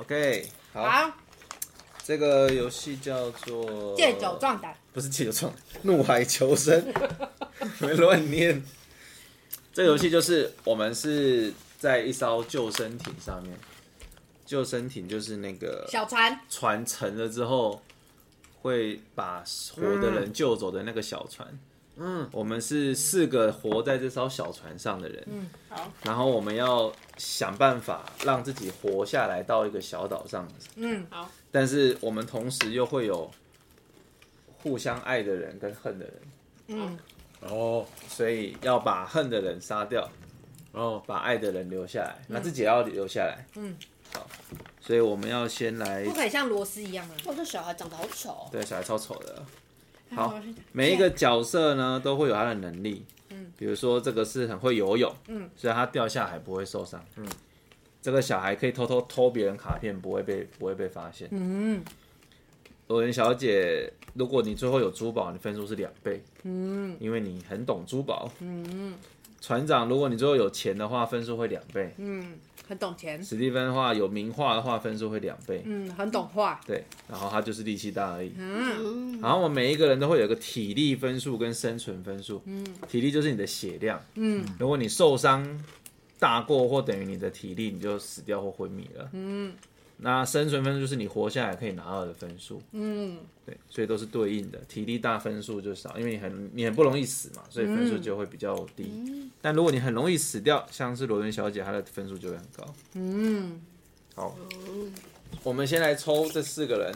OK，好，好，这个游戏叫做借酒，壮胆，不是借酒壮，怒海求生， 没乱念。这个游戏就是我们是在一艘救生艇上面，救生艇就是那个小船，船沉了之后，会把活的人救走的那个小船。嗯，我们是四个活在这艘小船上的人。嗯，好。然后我们要想办法让自己活下来到一个小岛上，嗯，好，但是我们同时又会有互相爱的人跟恨的人，嗯，哦所以要把恨的人杀掉，哦，把爱的人留下来，那自己也要留下来。嗯，好，所以我们要先来不可以像螺丝一样啊。我这小孩长得好丑哦，对，小孩超丑的。哎我是每一个角色呢都会有他的能力，嗯，比如说这个是很会游泳，嗯，所以他掉下海不会受伤，嗯，这个小孩可以偷偷偷别人卡片，不会被不会被发现。嗯罗文小姐，如果你最后有珠宝，你分数是两倍，嗯因为你很懂珠宝。嗯船长，如果你最后有钱的话，分数会两倍；嗯，很懂钱，史蒂芬的话有名画的话，分数会两倍。嗯，很懂话，对，然后他就是力气大而已。嗯，嗯，然后我们每一个人都会有一个体力分数跟生存分数。嗯，体力就是你的血量。嗯，如果你受伤大过或等于你的体力，你就死掉或昏迷了。嗯，那生存分数就是你活下来可以拿到的分数。嗯，对，所以都是对应的。体力大分数就少，因为你很你很不容易死嘛，所以分数就会比较低。但如果你很容易死掉，像是罗云小姐，她的分数就会很高。嗯，好，我们先来抽这四个人，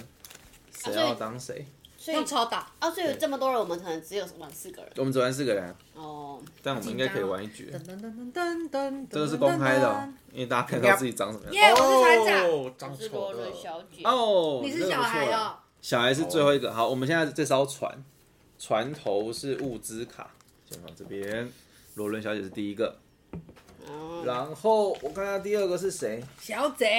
谁所以要当谁？所以用抽的，啊，所以这么多人，我们可能只有玩四个人我们只玩四个人啊。哦。但我们应该可以玩一局，噔噔噔噔噔，这个是公开的哦、因为大家看到自己长什么样。耶，我是船长，哦，长我是丑罗的伦，小姐，哦，你这是个小不错孩啦哦，小孩是最后一个。好，我们现在这艘船，船头是物资卡，先放这边。罗伦小姐是第一个，哦，然后我看下第二个是谁？小姐，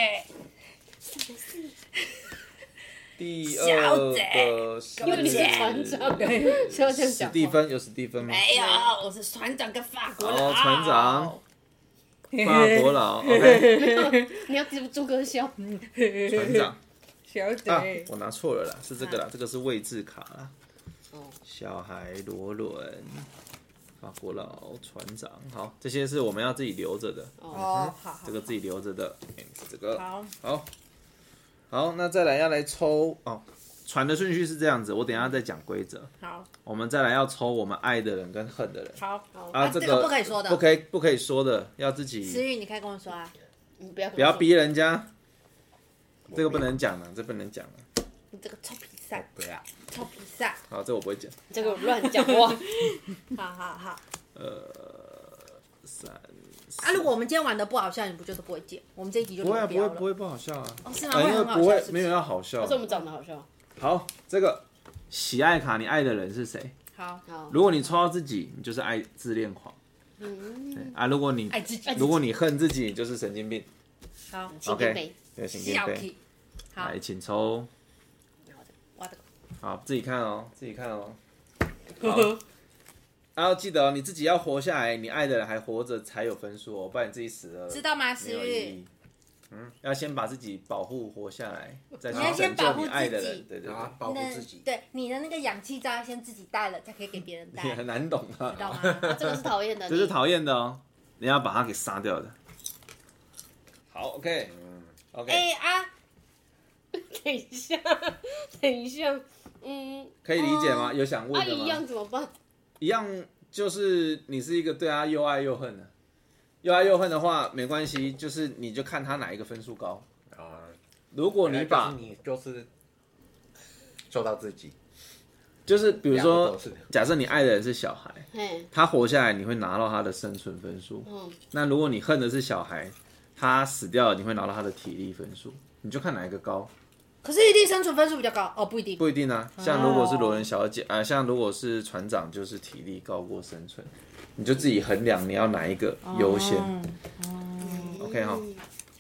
第小二个姐 是因为你是船 长，对，所以这样史讲蒂话。芬有史蒂芬吗？没有，哎我是船长跟法国啊佬，嗯哦，船长，法国佬，OK，你要记住歌笑，船长小啊姐，，我拿错了啦，是这啊个啦，这个是位置卡啦。哦，小孩罗伦、法国佬、船长，好，这些是我们要自己留着的，哦，哦，好，好啊嗯这个自己留着的，哎这个好，好好，那再来要来抽哦，船的顺序是这样子，我等一下再讲规则，好，我们再来要抽我们爱的人跟恨的人好，好啊，啊这个个不可以说的不可以不可以说的，要自思己雨，你可以跟我说啊，你嗯不要不不要，逼人家，这个不我能讲了，这不能讲了，你这个臭比赛，不要，臭比赛，好，这我不会讲，这个乱 讲话，好好好，三啊，如果我们今天玩的不好笑，你不就是不会见？我们这一集就不会啊流不会不会标了，不好笑啊，哦是吗？啊会因为很好不笑会是不没有是？要好笑啊可是，我们长得好笑，好，这个喜爱卡，你爱的人是谁？好，好，如果你抽到自己，你就是爱自恋狂嗯，啊；如果你爱自己，如果你恨自己，你就是神经病。好，神经病，对，神经笑病。屁，好来，，请抽，我的，好，自己看哦，自己看哦。 好，然后记得哦，你自己要活下来，你爱的人还活着才有分数哦，不然你自己死了知道吗？没思有意雨，义。嗯，要先把自己保护活下来，再去你要拯先救保护你爱的自人。己对对然后对，保护那自己，对你的那个氧气罩要先自己带了，才可以给别人 带，你很知难懂啊，道吗？这个是讨厌 的，这是讨厌的哦，你要把他给杀掉的。好，OK，嗯， OK，、哎啊，等一下，等一下，嗯，可以理解哦吗？有想阿问的姨一啊吗样？怎么办？一样就是你是一个对他又爱又恨的，又爱又恨的话没关系，就是你就看他哪一个分数高。啊，如果你把就是你就是受到自己，就是比如两个说都是，假设你爱的人是小孩，嘿，他活下来你会拿到他的生存分数；嗯，那如果你恨的是小孩，他死掉了你会拿到他的体力分数。你就看哪一个高，可是一定生存分数比较高哦，不一定，不一定啊。像如果是罗恩小姐啊、像如果是船长，就是体力高过生存，你就自己衡量你要哪一个优先。OK，好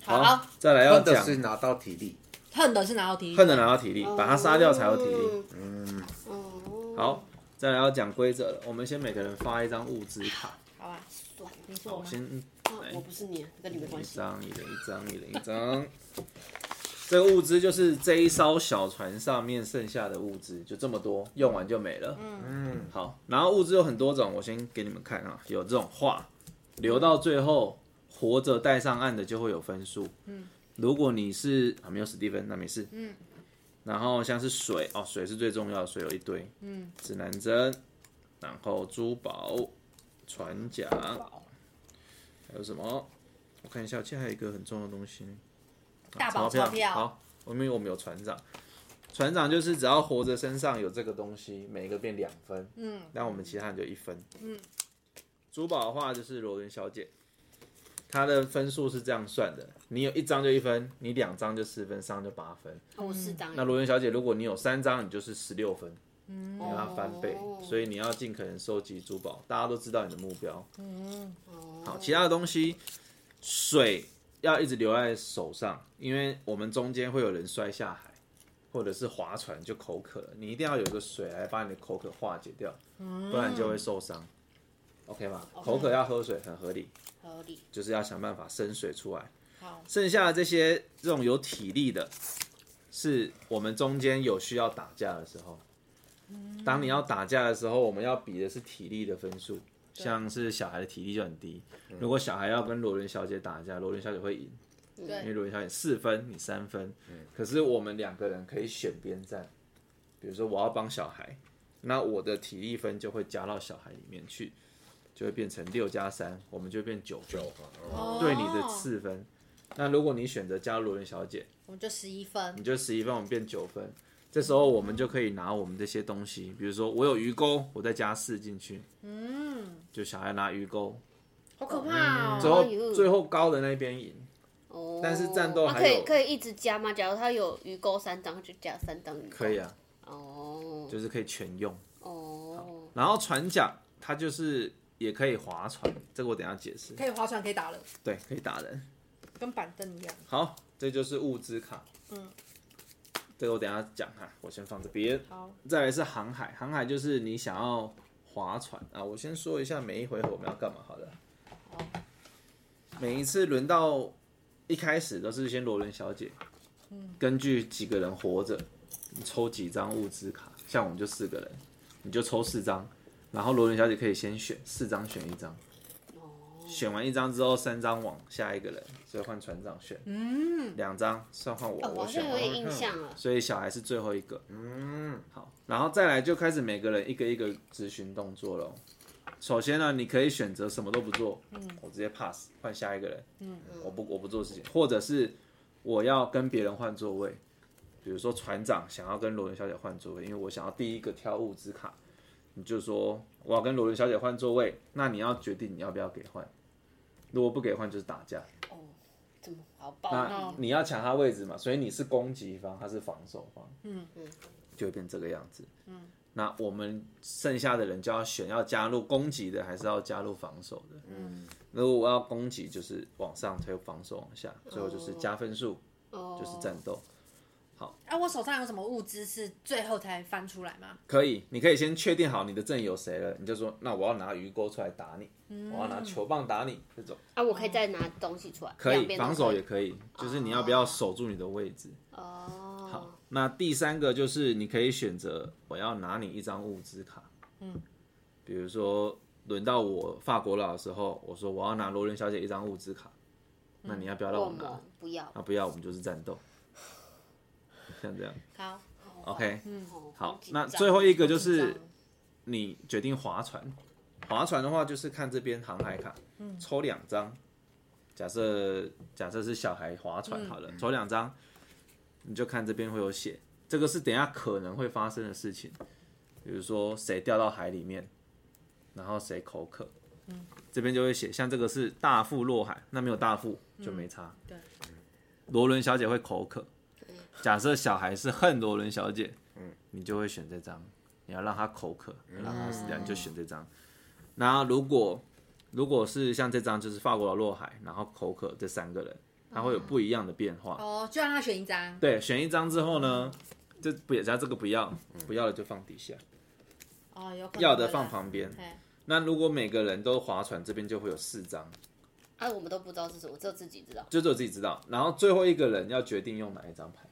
好，再来要真的讲是拿到体力，恨的是拿到第一，恨的拿到体力，把他杀掉才有体力。力，嗯，好，再来要讲规则了。我们先每个人发一张物资卡，好吧，算了，你说我吗？先我不是你，跟你没关一系，张，一人一张，一人一张。 这个物资就是这一艘小船上面剩下的物资，就这么多，用完就没了。嗯，好，然后物资有很多种，我先给你们看啊，有这种画，留到最后活着带上岸的就会有分数。嗯，如果你是啊没有史蒂芬，那没事。嗯，然后像是水哦，水是最重要的，水有一堆。嗯，指南针，然后珠宝、船甲，还有什么？我看一下，其实还有一个很重要的东西呢，啊大宝钞钞票好，因为我们有船长，船长就是只要活着身上有这个东西，每一个变两分。嗯，但我们其他人就一分。嗯，珠宝的话就是罗伦小姐，她的分数是这样算的：你有一张就一分，你两张就四分，三张就八分。我是当那罗伦小姐，如果你有三张，你就是十六分。你你要翻倍，哦所以你要尽可能收集珠宝，大家都知道你的目标。哦好，其他的东西，水要一直留在手上，因为我们中间会有人摔下海，或者是划船就口渴了，你一定要有一个水来把你的口渴化解掉，不然就会受伤。OK 吗？口渴要喝水很合理，合理就是要想办法生水出来。好剩下的这些这种有体力的，是我们中间有需要打架的时候。当你要打架的时候，我们要比的是体力的分数。像是小孩的体力就很低，如果小孩要跟罗伦小姐打架，罗伦小姐会赢，对因为罗伦小姐四分，你三分。可是我们两个人可以选边站，比如说我要帮小孩，那我的体力分就会加到小孩里面去，就会变成六加三，我们就变九分。九分哦，对你的四分。那如果你选择加入罗伦小姐，我们就十一分你，就十一分，我们变九分。这时候我们就可以拿我们这些东西，比如说我有鱼钩，我再加四进去，嗯，就小孩拿鱼钩，好可怕哦！嗯最后、哎呦最后高的那边赢。哦但是战斗啊还可以有可以一直加吗？假如他有鱼钩三张，就加三张鱼钩。可以啊，哦就是可以全用。哦，然后船桨它就是也可以划船，这个我等一下解释。可以划船，可以打了，对，可以打人。跟板凳一样。好，这就是物资卡。嗯，这个我等一下讲哈，我先放这边。好，再来是航海，航海就是你想要划船啊。我先说一下每一回合我们要干嘛好了。每一次轮到一开始都是先罗伦小姐，根据几个人活着，你抽几张物资卡。像我们就四个人，你就抽四张，然后罗伦小姐可以先选四张选一张。选完一张之后，三张往下一个人，所以换船长选。嗯，两张算换我，哦我我好选像完。有点印象啊了。所以小孩是最后一个。嗯，好，然后再来就开始每个人一个一个执行动作喽。首先呢，你可以选择什么都不做，嗯，我直接 pass 换下一个人，嗯，我不我不做事情，或者是我要跟别人换座位，比如说船长想要跟罗伦小姐换座位，因为我想要第一个挑物资卡，你就说我要跟罗伦小姐换座位，那你要决定你要不要给换，如果不给换就是打架，哦，怎么好啊暴那力？啊你要抢他位置嘛，所以你是攻击方，他是防守方，嗯嗯，就会变这个样子。嗯，那我们剩下的人就要选要加入攻击的，还是要加入防守的？嗯，如果我要攻击，就是往上推，防守往下，最后就是加分数，哦，就是战斗。啊，我手上有什么物资是最后才翻出来吗？可以，你可以先确定好你的阵有谁了，你就说，那我要拿鱼钩出来打你，我要拿球棒打你，这种啊，我可以再拿东西出来，可两以，边防守也以。可以，就是你要不要守住你的位置。哦，好，那第三个就是你可以选择我要拿你一张物资卡，嗯，比如说轮到我法国佬的时候，我说我要拿罗伦小姐一张物资卡，那你要不要让我我们拿？啊不要。那不要，我们就是战斗，像这样好， ，OK。哦好紧那张最后一个就好是紧张你决定划船，划船的话就是看这边航海卡，抽两张。假设假设是小孩划船好了，抽两张，你就看这边会有写，这个是等一下可能会发生的事情，比如说谁掉到海里面，然后谁口渴，这边就会写，像这个是大腹落海，那没有大腹就没差。对，罗伦小姐会口渴，假设小孩是恨罗伦小姐，你就会选这张，你要让他口渴，你要让他死掉，你就选这张。那如果如果是像这张，就是法国的落海，然后口渴这三个人，他会有不一样的变化。哦，就让他选一张。对，选一张之后呢，这不要，只要这个不要，不要的就放底下，哦，有可能要的会放啦。旁边。嘿那如果每个人都划船，这边就会有四张，啊，我们都不知道是什么，只有自己知道。就只有自己知道。然后最后一个人要决定用哪一张牌，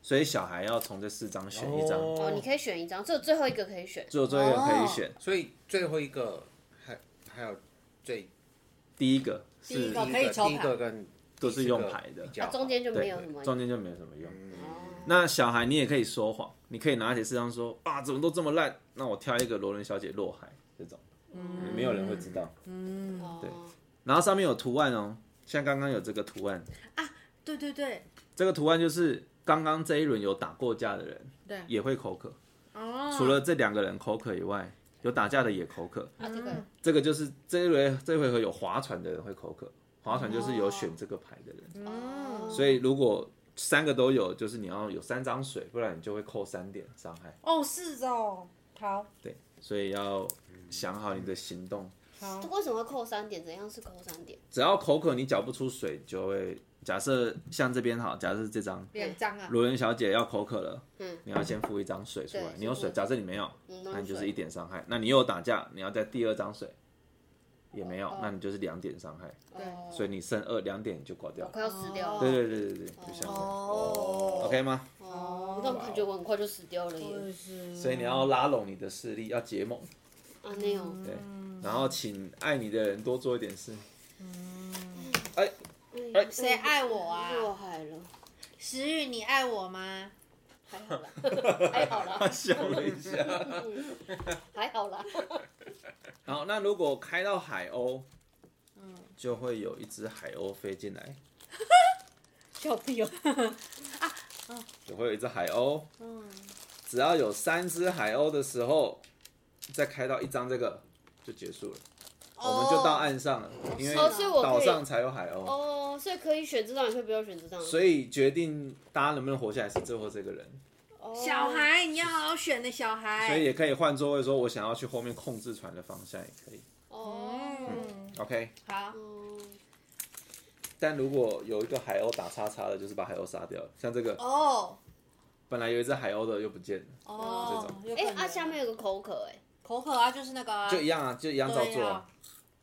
所以小孩要从这四张选一张，哦，你可以选一张，只有最后一个可以选。只有最后一个可以选。所以最后一个还还有最第一个第是一个哦可以抽牌啊第一个跟都是用牌的比较好啊中间就没对有什么，中间就没有什么用。哦那小孩你也可以说谎，你可以拿起四张说啊，怎么都这么烂，那我挑一个罗伦小姐落海这种，没有人会知道。哦嗯，对然后上面有图案哦，像刚刚有这个图案，对对对，这个图案就是刚刚这一轮有打过架的人，对也会口渴。哦，除了这两个人口渴以外，有打架的也口渴。啊，这个嗯这个就是这一回这回合有划船的人会口渴，划船就是有选这个牌的人。嗯哦所以如果三个都有，就是你要有三张水，不然你就会扣三点伤害。哦是哦，好对，所以要想好你的行动。好为什么会扣三点？怎样是扣三点？只要口渴，你缴不出水，就会假设像这边好，假设这张两张啊，罗伦小姐要口渴了，嗯，你要先付一张水出来对。你有水，先付假设你没有，嗯那你就是水一点伤害。那你又打架，你要在第二张水也没有哦，那你就是两点伤害，哦所以你剩二两点就挂掉我。快要死掉了。对对对对对，就像这样哦 OK 吗？哦，那我感觉我很快就死掉了耶。所以你要拉拢你的势力，要结盟，啊，那种嗯对，然后请爱你的人多做一点事。 哎，哎谁爱我啊？落海了，石玉，你爱我吗？还好啦，还好啦，笑了一下。还好啦。好，那如果开到海鸥，嗯就会有一只海鸥飞进来，笑屁哦！就会有一只海鸥。嗯，只要有三只海鸥的时候，再开到一张这个就结束了， 我们就到岸上了，因为哦所以我可以岛上才有海鸥，哦，所以可以选这张，也可以不要选这张。所以决定大家能不能活下来是最后这个人，哦 小孩，你要好好选的小孩。所以也可以换座位，说我想要去后面控制船的方向也可以哦，嗯， ，OK。好，嗯但如果有一个海鸥打叉叉的，就是把海鸥杀掉了，像这个哦本来有一只海鸥的又不见了，这哦种，有可哎，能啊，下面有个口渴哎。口渴啊，就是那个啊就一样啊，就一样照对做啊啊，，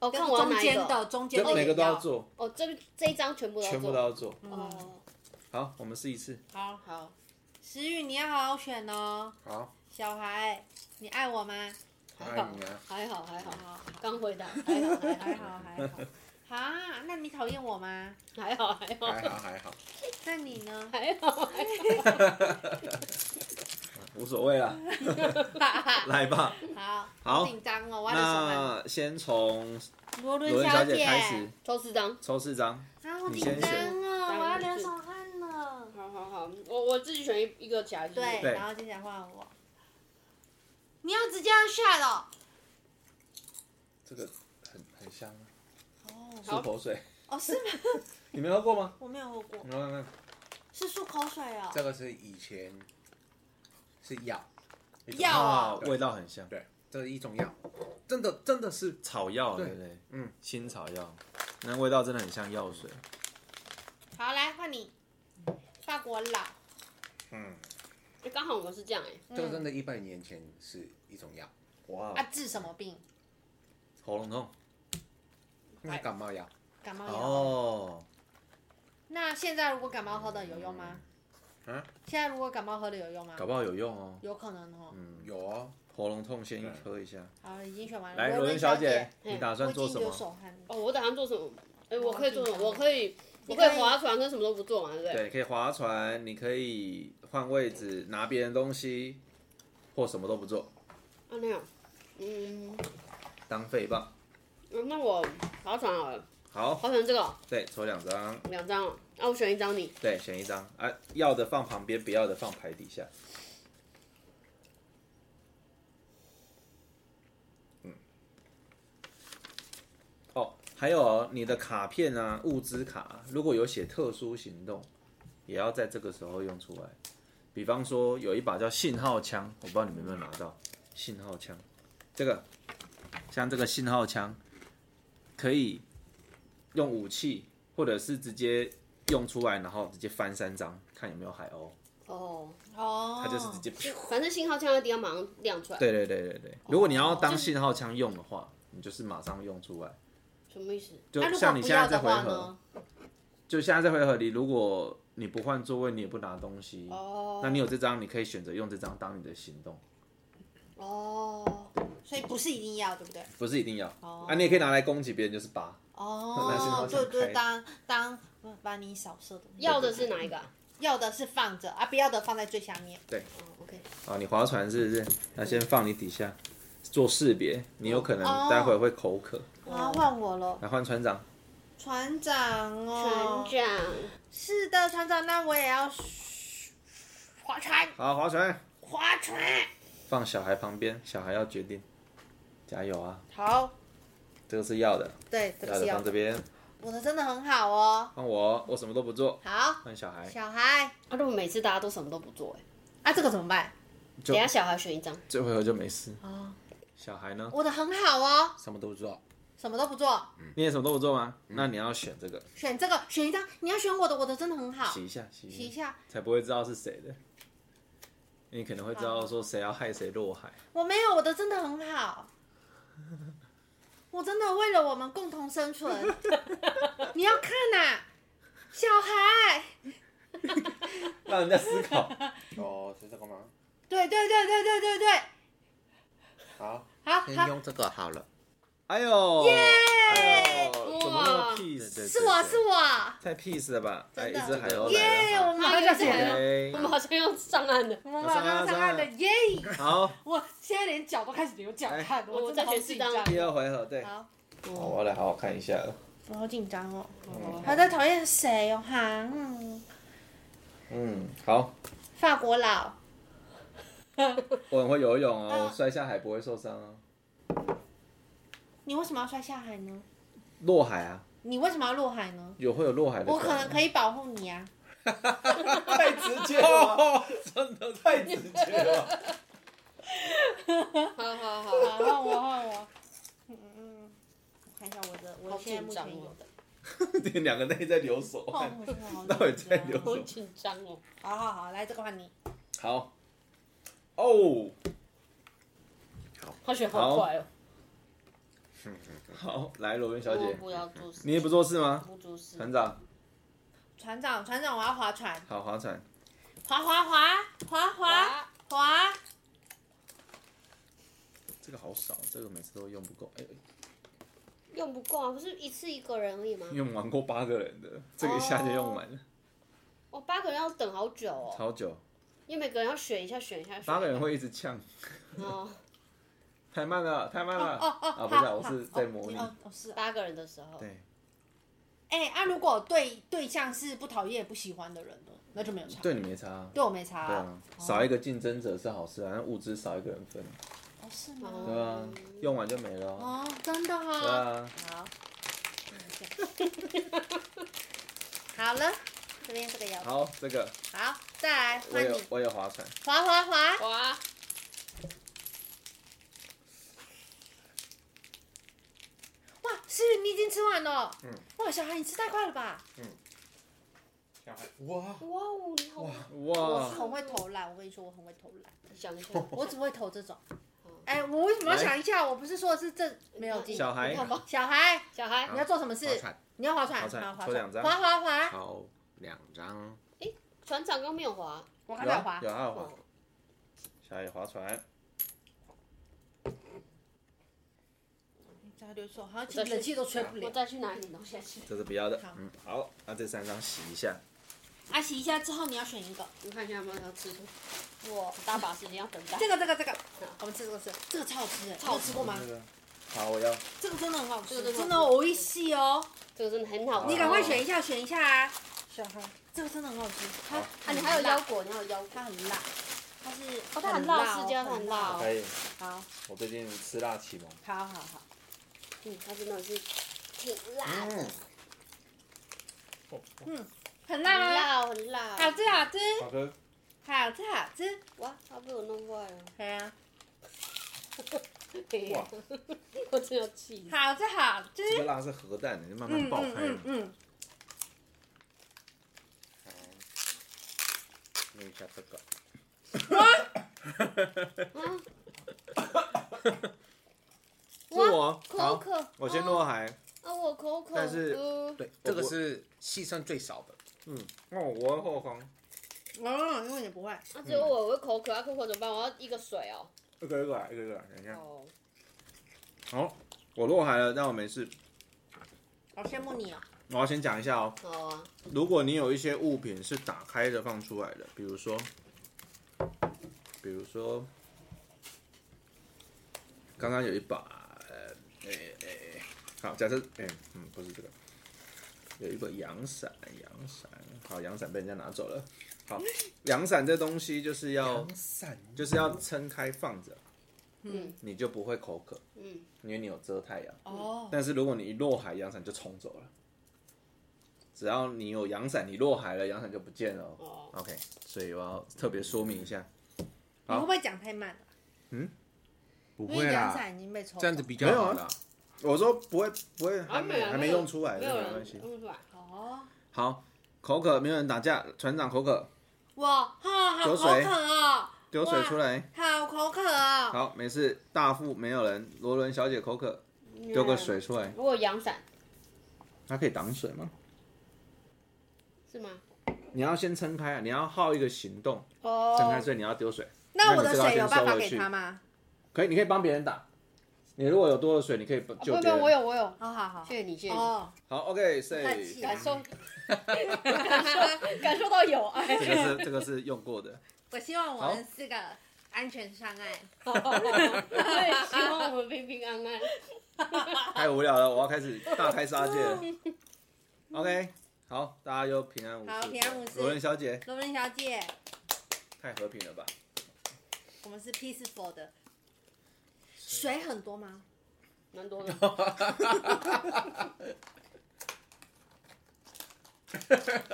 哦，跟看我要中哪一间个？的中间就的也每个都要，做，哦，这个这一张全部都要全部做都要做。哦，好，我们试一试。嗯好，好，石玉，你要好好选哦。好，小孩，你爱我吗？爱你啊，还好还好，好，刚回 答，还好还好还好，还好。啊，那你讨厌我吗？还好还好还好还好，那你呢？ 还好还无所谓啦，来吧。好，好紧张哦，我的手很。那先从罗罗伦恩小姐姐开始抽四张。抽四张，啊，好你紧先张选哦，我要流手汗了。好好好，我我自己选一一个夹击。对，对然后接下来换我。你要直接要 shot 哦。这个很很香啊，哦，漱口水，哦是吗？ 你没喝过吗？我没有喝过你，看嗯看，是漱口水哦。这个是以前是药，一种药啊，啊味道很像对，这是一种药，真的真的是草药，啊对对不对？嗯，新草药，那味道真的很像药水。好，来换你，法国佬。嗯，哎刚好我们是这样哎，嗯这个真的一百年前是一种药，哇哦啊，治什么病？喉咙痛那是感冒药，感冒药。哦，那现在如果感冒喝的有用吗？啊，现在如果感冒喝的有用吗搞？不好有用哦。有可能哦。有哦，喉咙痛先喝一下。好，已经选完了。来，罗伦恩小姐姐，，你打算做什嗯我已经流么？手汗了。哦，我打算做什么？哎，我可以做什么？我我可以，哦你我可以可以划船跟什么都不做嘛，对不对？对，可以划船，你可以换位置，拿别人东西，或什么都不做，啊那样，嗯，当废棒。那我划船好了，好，划船这个哦对，抽两张，两张哦，那我选一张你。对，选一张啊，要的放旁边，不要的放牌底下。嗯。哦，还有哦你的卡片啊，物资卡啊，如果有写特殊行动，也要在这个时候用出来。比方说，有一把叫信号枪，我不知道你们有没有拿到信号枪。这个，像这个信号枪，可以用武器，或者是直接用出来，然后直接翻三张，看有没有海鸥。哦，哦，它就是直接。噗反正信号枪的地方马上亮出来。对对对对对，如果你要当信号枪用的话，你就是马上用出来。什么意思？就那如果像你不现在要这的回话合，呢？就现在这回合里，如果你不换座位，你也不拿东西，哦，那你有这张，你可以选择用这张当你的行动，哦，所以不是一定要，对不对？不是一定要哦啊，你也可以拿来攻击别人，就是八。那是哦好，对想对，开当当把你扫射的，要的是哪一个啊？要的是放着啊，不要的放在最下面。对，哦，OK，啊，你划船是不是？那先放你底下做识别，你有可能哦待会会口渴。啊，换我了，来换船长，船长哦船，长，是的，船长，那我也要划船，好，划船，划船。啊放小孩旁边，小孩要决定，加油啊！好，这个是要的，对，这要个是的要放这的，边，我的真的很好哦。换我，我什么都不做，好，换小孩，小孩，啊，如果每次大家都什么都不做，哎，啊，这个怎么办？就等一下小孩选一张，这回合就没事。哦，小孩呢，我的很好哦，什么都不做，什么都不做，你也什么都不做吗？嗯那你要选这个，选这个，选一张，你要选我的，我的真的很好洗。一下，洗洗一一下，下，才不会知道是谁的。你可能会知道说谁要害谁落海。我没有，我的真的很好。我真的为了我们共同生存，你要看呐、小孩，让人家思考。 哦，是这个吗？对对对对对对对，好，好先好，用这个好了。哎呦，哎呦怎么那么哇 peace？是我是我，太 peace 了吧？哎，真一的只海鸥耶，来我了。们马上就来了，哎 我们好像要上岸了。啊我们马上上岸了，耶！好，我现在连脚都开始流脚汗，我真的再好选紧四张张。第二回合对。好，好，我要来好好看一下了。我好紧张哦，哦还在讨厌谁哦哈？嗯，嗯，好，法国佬，我很会游泳哦，嗯我摔下海不会受伤哦。你为什么要摔下海呢？落海啊，你为什么要落海呢？有会有落海的。我可能可以。以保护你啊。 太直接了，哦真的太直接了。好 好好，好，换我，换我。嗯嗯嗯，我看一下我的，我好现在紧目张前有哦，的。 你两个内在流手哦汗，我现在 好紧张到底在流好什么？紧张哦。好好好，来这个换你。好，哦，他选好快哦，好，来罗宾小我哦姐，不要做事，你也不做事吗？不做事，船长，船长，船长，我要划船，好，划船。划划划划划哇划。这个好少，这个每次都用不够。哎、用不够啊，不是一次一个人而已吗？用完过八个人的，这个一下就用完了，哦，八个人要等好久哦，超久。因为每个人要选一下，选一下，选一下八个人会一直呛，哦，太慢了，太慢了。哦哦，啊，好不是啊，好我是在模拟。哦哦哦是啊。八个人的时候，对哎，啊，如果对对象是不讨厌也不喜欢的人呢，那就没有差。对，你没差啊。对我没差对啊。啊，少一个竞争者是好事啊，那物资少一个人分。哦，是吗？对啊，用完就没了哦。哦，真的对哈。啊，好。好了，这边这个摇。好，这个好，再来我换也你，我也划船，滑滑滑。 哇，哇，诗雨，你已经吃完了。嗯。哇，小孩，你吃太快了吧？啊哇，哇哦，你好，我哇是，很会投篮，我跟你说，我很会投篮，想一 下，我只会投这种哦。哎、我为什么要想一下？我不是说是这没有进。小孩你看吧小孩，小孩好你要做什么事划？船你要划船，划船好划抽两张划划划，好，两张，船长刚没有滑，我还有没有啊划有。啊有划哦，小野划船，加流手，好再像冷气都吹不我了。再去拿一点东西来吃，这是不要的好。嗯，好，那这三张洗一下。啊，洗一下之后你要选一个，你看一下有没有要吃的，我大把时间要等待这。个这个这个，我们吃这个吃，这个超好吃的，你有吃过吗？这个好，我要。这个真的很好吃，这个真的真很的好吃我一细哦。这个真的很好吃，你赶快选一下，选一下啊！小孩，这个真的很好吃，它好啊，你还有腰辣，果，你还有腰果，它很辣，它是哦它很辣世家它很辣哦可以，好，哎我最近吃辣启蒙。好好好，嗯，它真的是挺辣的，嗯，嗯很很辣啊，辣哦很辣好哦，吃好吃，好哥，好吃好吃，哇，它被我弄坏了，对啊，嘿哇， 我真要气，好吃好吃，这个辣是核弹的，就慢慢嗯爆嗯开嗯嘛。嗯，弄一下这个，是我，口好，渴，嗯我先落海。啊，我但是嗯对，这个我是牺牲最少的。哦，我后方哦，因为你不会，啊，嗯只有我会口渴，啊，口渴怎么办？我要一个水哦。一个一个来，一个一个来，等一下。哦，好、我落海了，但我没事。好羡慕你哦。我要先讲一下哦，好啊，如果你有一些物品是打开的放出来的，比如说，比如说，刚刚有一把，呃，诶、诶、诶好，假设，诶、嗯，不是这个，有一把阳伞，阳伞，好，阳伞被人家拿走了。好，阳伞这东西就是要阳伞就是要撑开放着，嗯你就不会口渴，嗯，因为你有遮太阳。哦，但是如果你一落海，阳伞就冲走了。只要你有阳伞，你落海了，阳伞就不见了哦。哦， OK，所以我要特别说明一下，你好会不会讲太慢啊了？不因为阳，伞已经被抽走。这样子比较没有好啊啦。我说不会，不会，还啊没有还没用出来，没那有没人关系。用出来。哦，好，口渴，没有人打架，船长口渴，我哈好有口水渴哦，丢水出来。好口渴哦。好，没事。大副没有人，罗伦小姐口渴，丢个水出来。我有阳伞它可以挡水吗？是吗？你要先撑开啊，你要耗一个行动，撑开，哦，所以你要丢水。那我那的你这个要水有先办收法回给去他吗？可以，你可以帮别人打。你如果有多的水，你可以帮啊救不别不，我人。有我有，好好好。谢谢你谢谢你，哦， 好，OK，客 say 气。感受感受感受到有爱 这。个是这个是用过的。我希望我好们四个安全上岸。我也希望我们平平安安。太无聊了，我要开始大开杀戒了。OK，好，大家就平安无事。好平安无事罗伦小姐，罗文小姐，太和平了吧？我们是 peaceful 的。水很多吗？蛮 多的，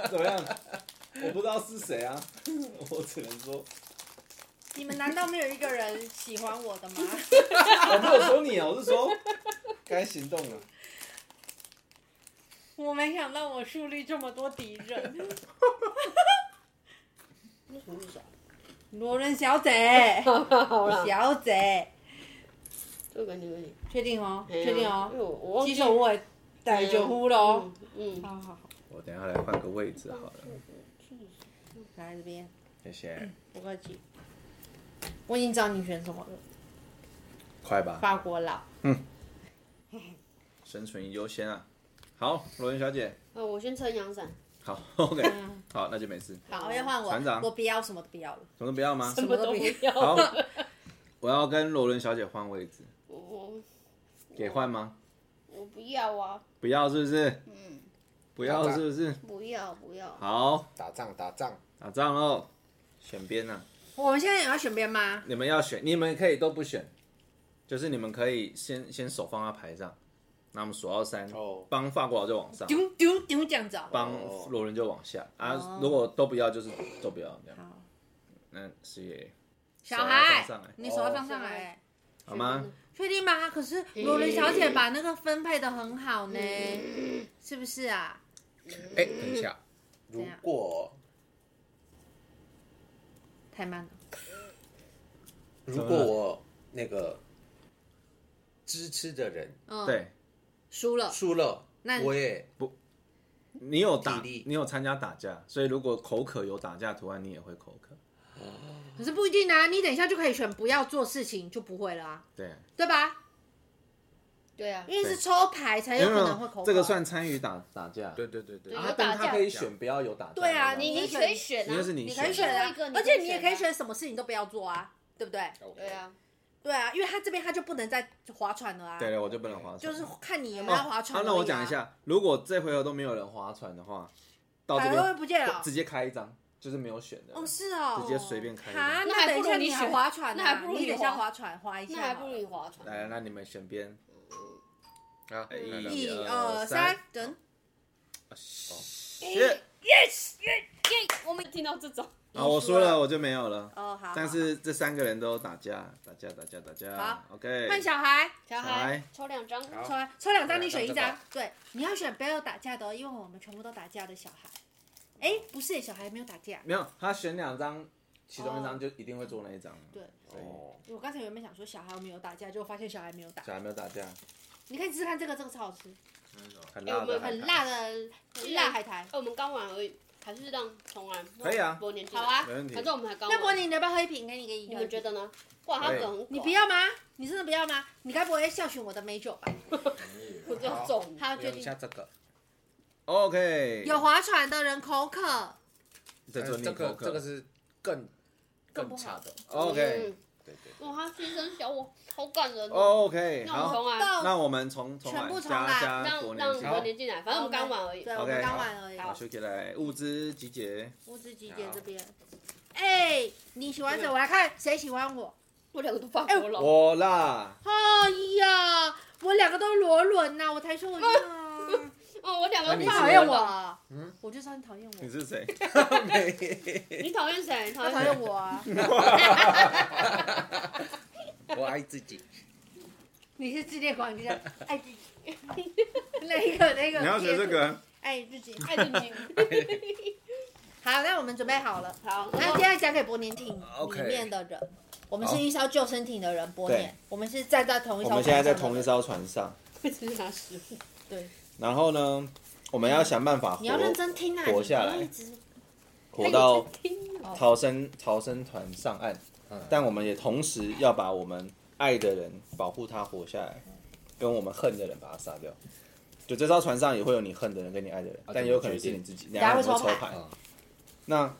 怎么样？我不知道是谁啊， 我只能说，你们难道没有一个人喜欢我的 吗？我没有说你啊，我是说该行动了。我没想到我树立这么多敌人。罗伦小 姐，好啦，小姐，这个感觉有点，确定哦，确定因哦，为我我鸡手我也逮酒呼了哦。嗯，嗯，好好好，我等一下来换个位置好了，来这边，谢谢。不客气。我已经知道你选什么了，快吧，法国佬。生存优先啊。好，罗伦小姐，啊，我先撑阳伞，好，OK，好，嗯那就没事。好，要换我。船长我不要什么都不要了。什么都不要吗？什么都不要。好，我要跟罗伦小姐换位置，我我给换吗？我不要啊，不要是不是？嗯，不要是不是？不要不要，好，打仗打仗，打仗喽，选边呐、啊！我们现在也要选边吗？你们要选，你们可以都不选，就是你们可以先先手放在牌上，那我们数到三哦，帮法国佬就往上，丢丢丢这样子哦。帮罗伦就往下啊！如果都不要，就是都不要这样。好，那是也小孩孩放上来，你手要放上哦来，好吗？确定吗？可是罗伦小姐把那个分配的很好呢，嗯是不是啊？哎，等一下，如样果太慢了。如果我那个支持的人嗯，，哦对输了。输了那，我也你有打，体力你有参加打架，所以如果口渴有打架图案，你也会口渴。可是不一定啊，你等一下就可以选不要做事情，就不会了啊，对，对吧？对啊，因为是抽牌才有可能会口渴。这个算参与打打架。对对对对对啊，但他可以选不要有打架。对啊这样你你可以选啊，因为是你你可选以选的啊最后一个，你而可以且你也选啊可以选什么事情都不要做啊，对不对？ OK 对啊，对啊，因为他这边他就不能再划船了啊，对了，我就不能划船。就是看你有没哦有要划好船而已啊。那我讲一下，如果这回合都没有人划船的话，到这海会边不见了。直接开一张，就是没有选的。哦，是哦，直接随便开哈，那那还等一不下如你你还选划船啊，那还不如你你等一下划划船，划一下那好了。还不如你划船，来，那你们选边啊，哎一来一一二二三三，等。哦是哎耶，我们听到这种，啊，我输了，我就没有了。哦，好。但是这三个人都打架，打架，打架，打架好。 OK，换小孩，小来孩抽两张，哎好抽抽两张，你选一两张。对，你要选不要打架的哦，因为我们全部都打架的小孩。哎，不是，小孩没有打架。没有，他选两张，其中一张就一定会做那一张。哦对，所以哦，我刚才原本想说小孩我们有打架，结果发现小孩没有打。小孩没有打架，你可以试试看这个，这个超好吃，很哎辣我的们海很苔，辣的很辣海苔。哎，我们刚玩而已，还是让重来。可以啊伯年进好来啊没问题反。正我们才刚玩。那柏林，你要不要喝一瓶？给你给你。你们觉？得啊呢？哇，他可以梗很广你不，要吗？你真的不要吗？你该不会笑选我的美酒吧？我就要走你。他决用一定下这个， OK，有划船的人口渴，在做呃你这个口渴这个是更更不更差好的， OK 嗯对对。哇，他牺牲小我，好感嗯人哦。 OK，那我们好，重来。到那我们从从全部来重来加加国让内让进好伯年进来，反正我们刚玩而已。对， OK，我们刚玩而已。好，学起来，哎物资集结，五指集结这边。哎、你喜欢谁？我来看谁喜欢我。哎我两个都放过了。我啦，哎呀，我两个都裸轮呐、我才说我呢。哦，我两个那都你你是放讨过厌了。我？嗯我就说你讨厌你我，是谁？你讨厌谁？你讨他 讨厌谁？厌我啊！我爱自己。你是自恋狂，你是爱自己。那个那 个，你要学这个？爱自己。爱自己。好，那我们准备好了。好，那现在讲给伯年听，里 OK 面的人，我们是一艘救生艇的人，伯对年，我们是站在同一艘我们船上的人。现在在同一艘船上，会吃啥食物？对，然后呢，我们要想办法活你要认真听啊，活下来你不要一直哎活到哦逃生逃生团上岸，嗯但我们也同时要把我们爱的人保护他活下来，跟我们恨的人把他杀掉。就这艘船上也会有你恨的人跟你爱的人，啊但也有可能是你自己，么决定两个人会抽大家会抽牌牌。嗯那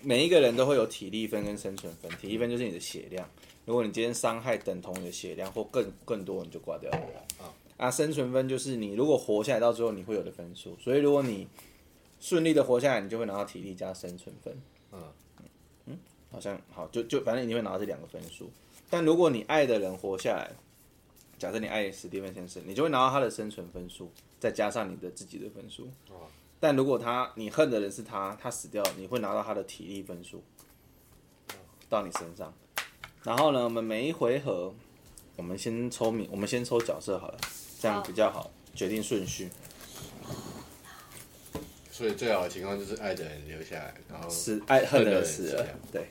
每一个人都会有体力分跟生存分，体力分就是你的血量，如果你今天伤害等同你的血量或更更多，你就挂掉了。啊啊，生存分就是你如果活下来到最后你会有的分数，所以如果你顺利的活下来，你就会拿到体力加生存分。嗯，好像好，就就反正你会拿到这两个分数。但如果你爱的人活下来，假设你爱史蒂芬先生，你就会拿到他的生存分数，再加上你的自己的分数。哦但如果他你恨的人是他，他死掉了，你会拿到他的体力分数到你身上。然后呢，我们每一回合，我们先抽名，我们先抽角色好了，这样好比较好决定顺序。所以最好的情况就是爱的人留下来，然后死爱恨的哦恨的人人死死了了，对，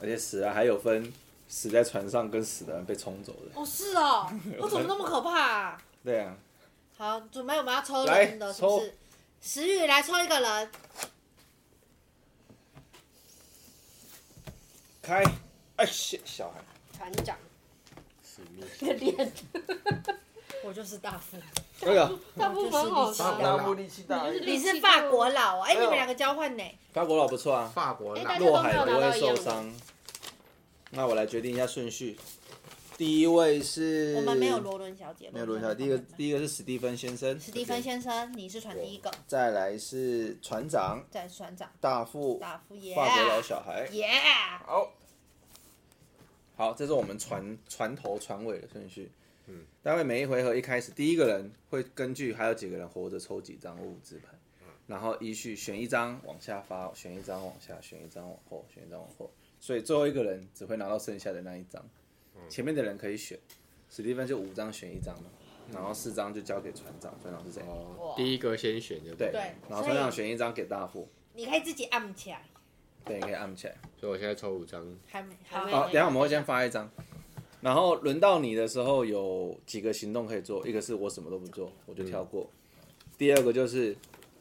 而且死了还有分死在船上跟死的人被冲走的，哦，是哦，我怎么那么可怕啊？对啊。好，准备我们要抽来人的，是不是？石宇来抽一个人，开，哎，小小孩，船 长，死命。你的脸，我就是大副，哎呀，大部蛮好大的。大目力气大你就是你是法国佬哦，哎，哎你呦们两个交换呢？法国佬不错啊，法国哎佬大家落都没海有不拿到会一样受的。伤。那我来决定一下顺序，第一位是，我们没有罗伦小姐，没有罗小，第一个第一个是史蒂芬先生，史蒂芬，先生，你是船第一个，再来是船长再是船长大副，大副耶，法国佬小孩，耶，好，好，这是我们船船头船尾的顺序。嗯，待会每一回合一开始，第一个人会根据还有几个人活着抽几张物资牌，然后依序选一张往下发，选一张往下，选一张往后，选一张往后，所以最后一个人只会拿到剩下的那一张，前面的人可以选。史蒂芬就五张选一张嘛，然后四张就交给船长，船长是谁？哦，第一个先选就对，对了，然后船长选一张给大副，你可以自己按起来，对，你可以按起来。所以我现在抽五张，还好还没好，啊等一下我们会先发一张，然后轮到你的时候有几个行动可以做，一个是我什么都不做，我嗯就跳过；第二个就是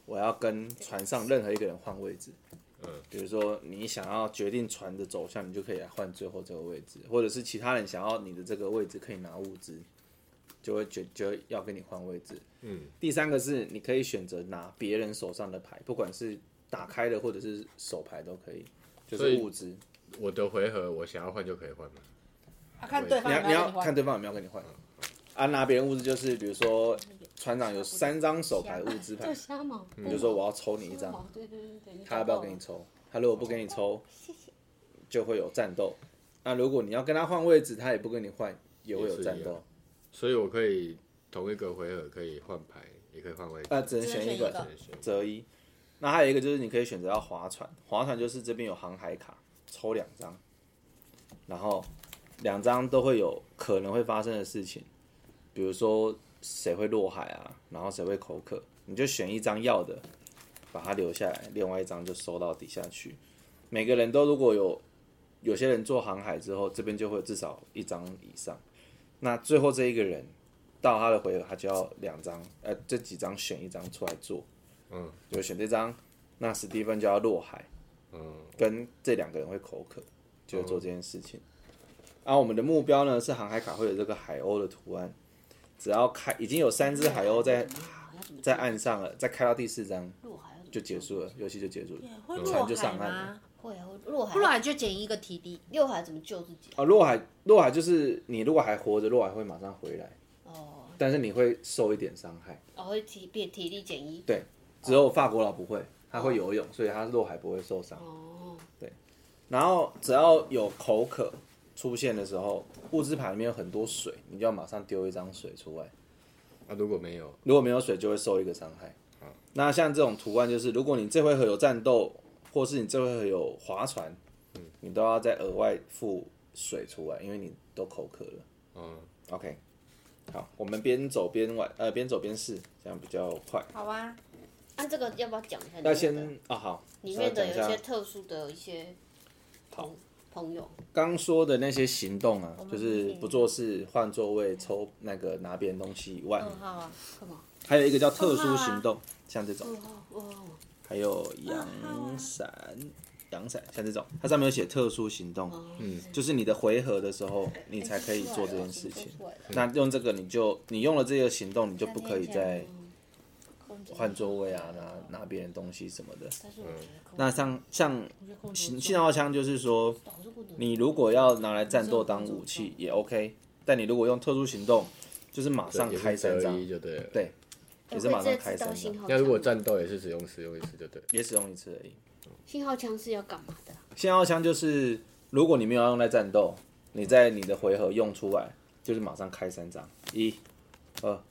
我要跟船上任何一个人换位置，嗯，比如说你想要决定船的走向，你就可以来换最后这个位置，或者是其他人想要你的这个位置可以拿物资，就会决就会要跟你换位置。嗯，第三个是你可以选择拿别人手上的牌，不管是打开的或者是手牌都可以，就所是以物资。我的回合我想要换就可以换嘛，啊看对你方要有你没有要跟你换看对方有没有跟你换。啊，拿别人物资就是，比如说船长有三张手牌物资牌这，虾毛，嗯你就说我要抽你一张，哦对对对对，他要不要给你抽？他如果不给你抽，就会有战斗。那如果你要跟他换位置，他也不跟你换，也会有战也是一斗样。所以我可以同一个回合可以换牌，也可以换位置，呃那只能选一个只能只能选择一。那还有一个就是你可以选择要划船，划船就是这边有航海卡，抽两张，然后两张都会有可能会发生的事情，比如说谁会落海啊，然后谁会口渴，你就选一张要的，把它留下来，另外一张就收到底下去。每个人都如果有有些人做航海之后，这边就会有至少一张以上，那最后这一个人到他的回合，他就要两张，呃，这几张选一张出来做。嗯就选这张，那史蒂芬就要落海，嗯跟这两个人会口渴，就会做这件事情。然后、我们的目标呢是航海卡会有这个海鸥的图案，只要开已经有三只海鸥在在岸上了，再开到第四张落海要怎么做就结束了，游戏就结束了。会船落就海上岸了吗？会啊，会落海不然就减一个体力。落海怎么救自己？哦，落海落海就是你如果还活着，落海会马上回来，哦但是你会受一点伤害。哦，会体变体力减一。对，只有法国佬不会，他会游泳，所以他落海不会受伤。哦，然后只要有口渴出现的时候，物资盘里面有很多水，你就要马上丢一张水出来。啊，如果没有，如果没有水，就会受一个伤害嗯。那像这种图案，就是如果你这回合有战斗，或是你这回合有划船，嗯你都要再额外付水出来，因为你都口渴了。嗯， OK，好，我们边走边玩，呃，边走边试，这样比较快。好啊，按这个要不要讲一下里面的？要先啊，好，里面的有稍微一讲些下特殊的一些朋朋友，刚说的那些行动啊，们就是不做事、换座位、抽那个拿别人东西以外，很好啊，干嘛？还有一个叫特殊行动，像这种，哦哦，还有阳伞、阳伞，像这种，它上面有写特殊行动，哦嗯就是你的回合的时候，你才可以做这件事情。那用这个，你就你用了这个行动，你就不可以再换座位啊，拿拿别人东西什么的。但是我觉得那像像空信信号枪，就是说你你如果要拿来战斗当武器也 OK，但你如果用特殊行动，就是马上也开是三择张，一就对了。对，哎也是马上开三张信，号那如果枪，战斗也是只用使用一次就对了。也使用一次而已。信号枪是要干嘛的啊？信号枪就是，如果你没有要用在战斗，你在你的回合用出来，就是马上开三张，一、二、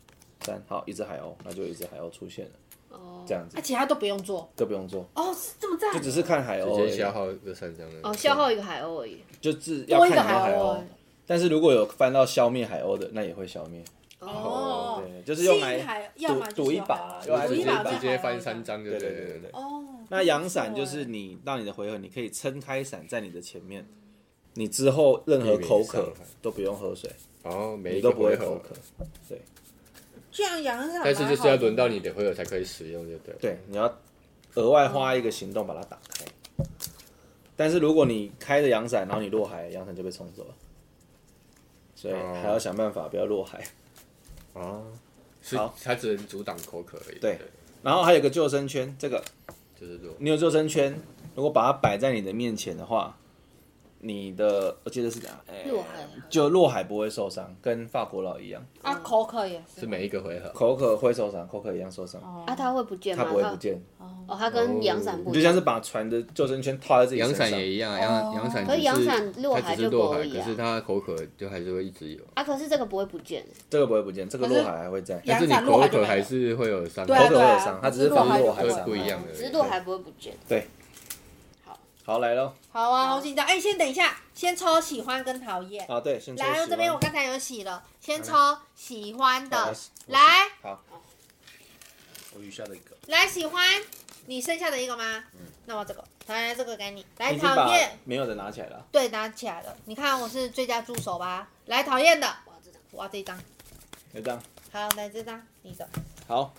三，好，一只海鸥，那就一只海鸥出现了，哦，这样子那啊其他都不用做都不用做，哦，是这么赞就，只是看海鸥直而接消已，耗这三张的。哦，消耗一个海鸥而已。就是要看多一有个没有海海鸥鸥啊。但是如果有翻到消灭海鸥的，那也会消灭。哦对，就是用吸引来海要么就是赌赌一有海把鸥用来赌直一接把直被接海翻鸥三张就对对对对对对对。哦。那阳伞不错就哎是你到你的回合，你可以撑开伞在你的前面，你之后任何口避渴免伤害都不用喝水，然后哦每你一都个不会回口合，渴。这样养伞蛮好的，但是就是要轮到你的回合才可以使用就对了。对，你要额外花一个行动把它打开。但是如果你开着阳伞，然后你落海，阳伞就被冲走了，所以哦还要想办法不要落海。哦，是好它只能阻挡口渴而已。对然后还有个救生圈，这个就是弱。你有救生圈，如果把它摆在你的面前的话，你的我记得是这样，哎落海啊就落海不会受伤，跟法国佬一样，啊，口渴也是每一个回合。口渴会受伤，口渴一样受伤，哦啊，它会不见它吗？不会不见，哦，它跟阳伞不你一就样像是把船的救生圈套在自己阳身上伞，也一样，阳阳伞哦可是只阳伞落海它只就是不落海，会可啊是它口渴就还是会一直有。啊，可是这个不会不见，这个不会不见，这个可是落海还会在。阳但是你伞落口海就没渴了还是会有伤对害啊口，渴对会啊有伤，它只是防落海对伤，不一样的。只是落海不会不见。好，来喽。好啊，好紧张！哎、先等一下，先抽喜欢跟讨厌。啊，对，先抽来，喜这边欢我刚才有洗了，先抽喜欢好的我洗，我洗来好，我余下的一个，来喜欢，你剩下的一个吗？那我这个，来这个给你。来已经讨把厌，没有的拿起来了。对，拿起来了。你看我是最佳助手吧？来讨厌的，哇，这张哇，这一张，就这样，好，来这张，你的。好，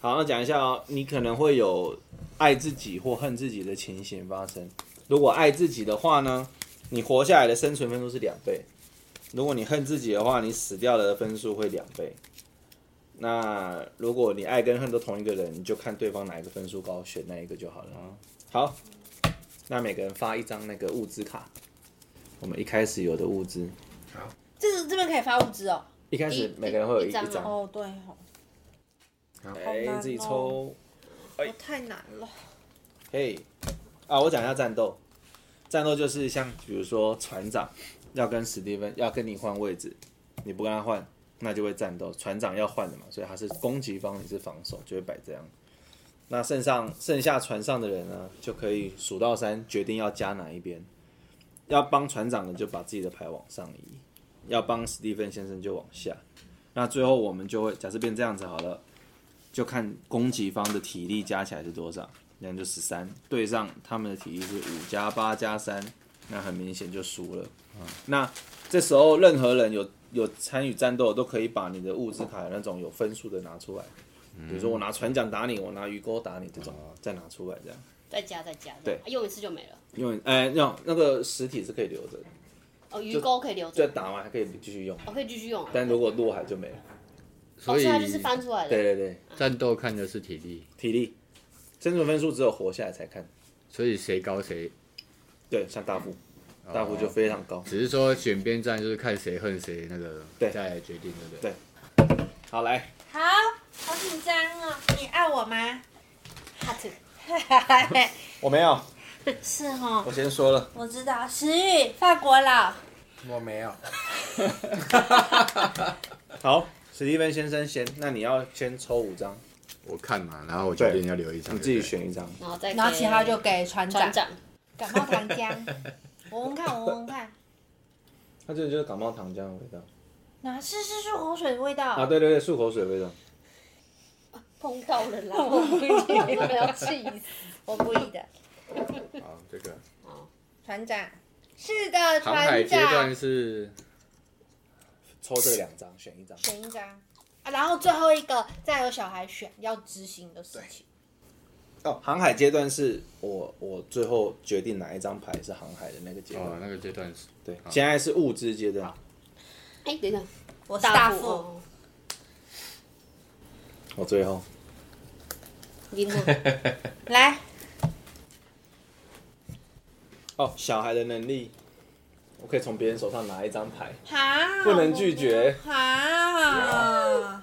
好，那讲一下哦，你可能会有爱自己或恨自己的情形发生。如果爱自己的话呢，你活下来的生存分数是两倍；如果你恨自己的话，你死掉的分数会两倍。那如果你爱跟恨都同一个人，你就看对方哪一个分数高，选那一个就好了。哦好，那每个人发一张那个物资卡，我们一开始有的物资，这个这边可以发物资哦。一开一始一每个人会有一一张哦张，哦，对哦，哎、难哦自己抽。我太难了。嘿，啊，我讲一下战斗。战斗就是像比如说船长要跟史蒂芬要跟你换位置，你不跟他换，那就会战斗。船长要换的嘛，所以他是攻击方，你是防守，就会摆这样。那剩上剩下船上的人呢，就可以数到三，决定要加哪一边。要帮船长的就把自己的牌往上移，要帮史蒂芬先生就往下。那最后我们就会假设变这样子好了，就看攻击方的体力加起来是多少。那就十三，对上他们的体力是五嗯加八加三，那很明显就输了。那这时候任何人有有参与战斗的都可以把你的物资卡那种有分数的拿出来，比如说我拿船桨打你，我拿鱼钩打你这种，再拿出来这样。再加再加，对啊用一次就没了。因为哎，那那个实体是可以留着的，哦，鱼钩可以留就着，打完还可以继续用，我可以继续用啊。但如果落海就没了。哦，所所以以它就是翻出来对的。对对，战斗看的是体力，体力生存分数只有活下来才看。所以谁高谁。对，像大副，大副就非常高。只是说选边站就是看谁恨谁那个，对再来决定，对不对？对好，来，好，好紧张哦。你爱我吗？ Hot，我没有， 是哦，我先说了，我知道。石宇，法国佬，我没有， 好，史蒂芬先生先，那你要先抽五张，我看嘛，然后我决定要留一张，你自己对不对。选一张。然后再然后给其他就给船长。船长。感冒糖浆， 我闻看，我闻看。它这就是感冒糖浆的味道哦哪是是漱口水的味道？啊！对对对，漱口水的味道。碰到了 啦，我不一定要气死。我故意的。好，这个船长，是的，航海船阶段长。是抽这两张，选一张。选一张、啊，然后最后一个再由小孩选要执行的事情。哦，航海阶段是我我最后决定哪一张牌是航海的那个阶段。哦，那个阶段是对，好现在是物资阶段。哎，等一下，我是大大副副，哦，我最后你呢？ 来，哦，小孩的能力，我可以从别人手上拿一张牌，哈，不能拒绝。哈，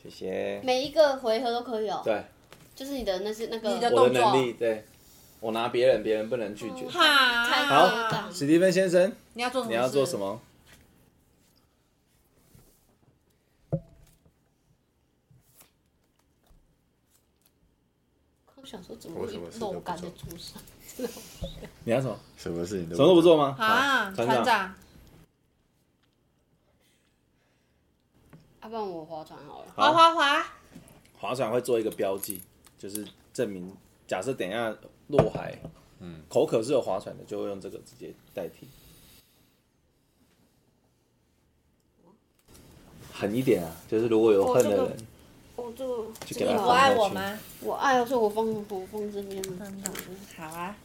谢谢。每一个回合都可以哦。对，就是你的那是那个你的我动作的能力，对我拿别人，别人不能拒绝。哈好，史蒂芬先生，你要做什么？你要做什？么？我想说怎么我会什么事都肉不干在做桌上？你要什么？什么事情都什么都不做？吗？啊，好船长，啊要不然我划船好了。好滑滑滑，划船会做一个标记，就是证明，假设等一下落海，嗯，口渴是有划船的，就会用这个直接代替。狠一点啊，就是如果有恨的哦人，我就就这给你他个不放爱下我去吗？我爱，所以我放我放这边了。好啊，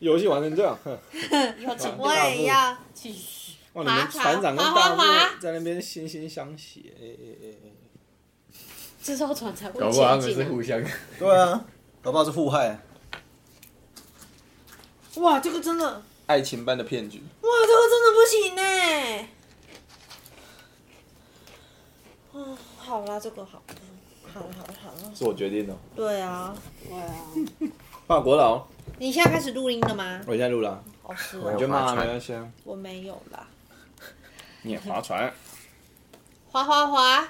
游戏玩成这样，哼以后请我也要。哇！你们划船船长跟划大划划副在那边惺惺相惜，哎哎哎哎，这艘船才会搞不好他们前进是啊。互相。对啊，搞不好是互害，哇，这个真的，哇，爱情般的骗局。这个真的不行呢。嗯，好啦，这个好，好了好了好了，是我决定的，对啊，对啊，法国佬，你现在开始录音了吗？我现在录了啊，哦，是你哦，就骂划他没船关系啊，我没有啦。你也划船，滑滑滑，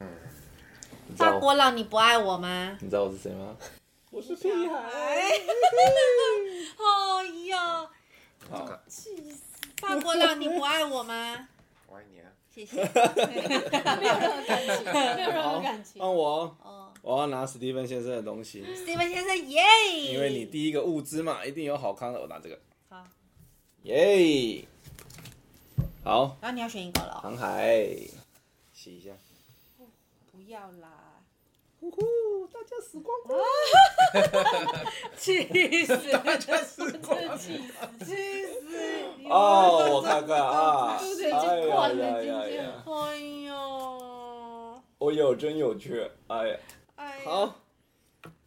你知道法我国佬，你不爱我吗？你知道我是谁吗？我是屁孩。哎呦，好，法国佬，你不爱我 吗？我爱你啊！谢谢。没有任何感情， 没有任何感情。换我哦，哦，我要拿史蒂芬先生的东西，史蒂芬先生，耶！因为你第一个物资嘛，一定有好康的，我拿这个。好，耶！好，然后你要选一个了哦。航海，洗一下。哦不要啦，呼呼，大家死光光。啊 气死，气死！哦，我看看啊，肚子已经灌了进去了。哎呦，我有真有趣，哎呀，哎呀，好，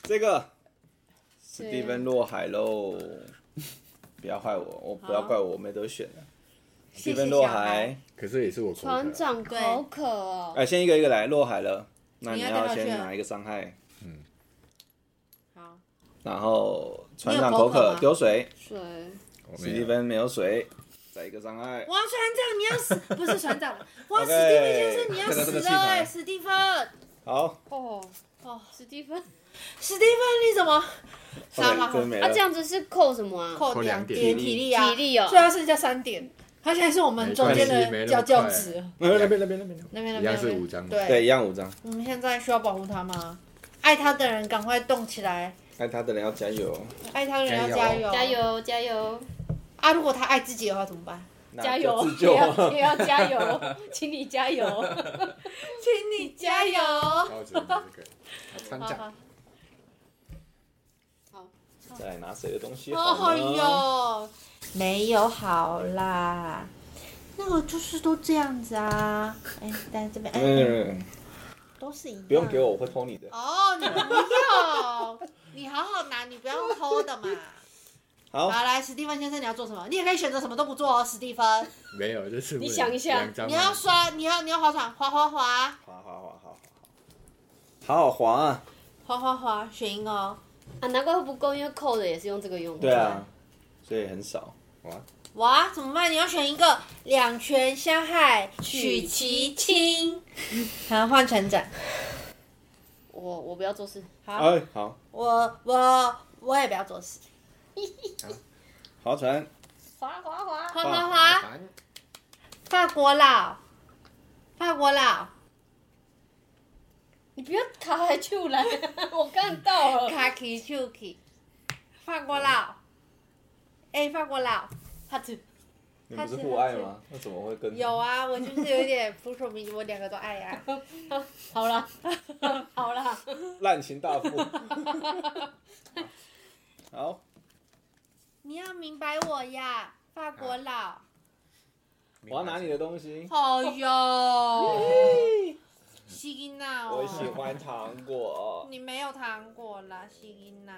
这个史蒂芬落海喽，不要害我，我不要怪我，我没得选了。史谢蒂谢芬小落孩海。， 可是也是我口渴啊船长口渴哦，哎，先一个一个来，落海了，那你你要要掉下去先拿一个伤害，好，然后船你有长口口渴渴吗丢水，水我史没蒂有。芬没有水，再一个伤害，哇，船长，你要死， 不是船长了，哇，史 OK，蒂芬先生，你要这个死这个了气场哎，史蒂芬，好，哦哦，史蒂芬，史蒂芬，你怎么？ OK，吗真没啊了这。样子是扣什么啊？扣扣两两点点体力啊，体力哦所以要剩下三点。他现在是我们中间的没关系佼佼者，那边那边那边那边，那边那一样边是五张嘛对，对，一样五张。我们现在需要保护他吗？爱他的人赶快动起来，爱哎他的人要加油。哦爱他的人要加加油油，加！油加油！啊，如果他爱自己的话怎么办？那加就油自，也救 啊要也要加油， 请你加油。请你加油。高级的这个好参好加好，再来拿谁的东西好哦呢？哟，没有好啦，那个就是都这样子啊。哎，在这边，哎，嗯，都是一样。不用给我，我会偷你的。哦，你不要，你好好拿，你不要偷的嘛。好好，，来，史蒂芬先生，你要做什么？你也可以选择什么都不做哦，史蒂芬。没有，就是你为了想一下两张你嘛要刷，你要你要划船，划划划，滑滑滑滑滑，好好滑啊！划划划，选一个哦。啊，难怪会不够，因为扣的也是用这个用的。对啊，所以很少。哇，哇，怎么办？你要选一个，两全相害取其轻， 好，换船长。我我不要做事。好，哎，好，我我我也不要做事。划船，滑滑滑，滑滑麻滑，烦法国佬，法国佬，你不要卡来就来， 我看到了。卡奇丘奇，法国佬，哎，法国佬，哈子，你不是互爱吗？那怎么会跟？有啊，我就是有点 扑朔迷离，我两个都爱呀、啊。好啦， 好啦，滥情 大夫。好，你要明白我呀，法国佬。我要拿你的东 西。哦哟，西吉娜哦，我喜欢糖果。你没有糖果啦，西吉娜。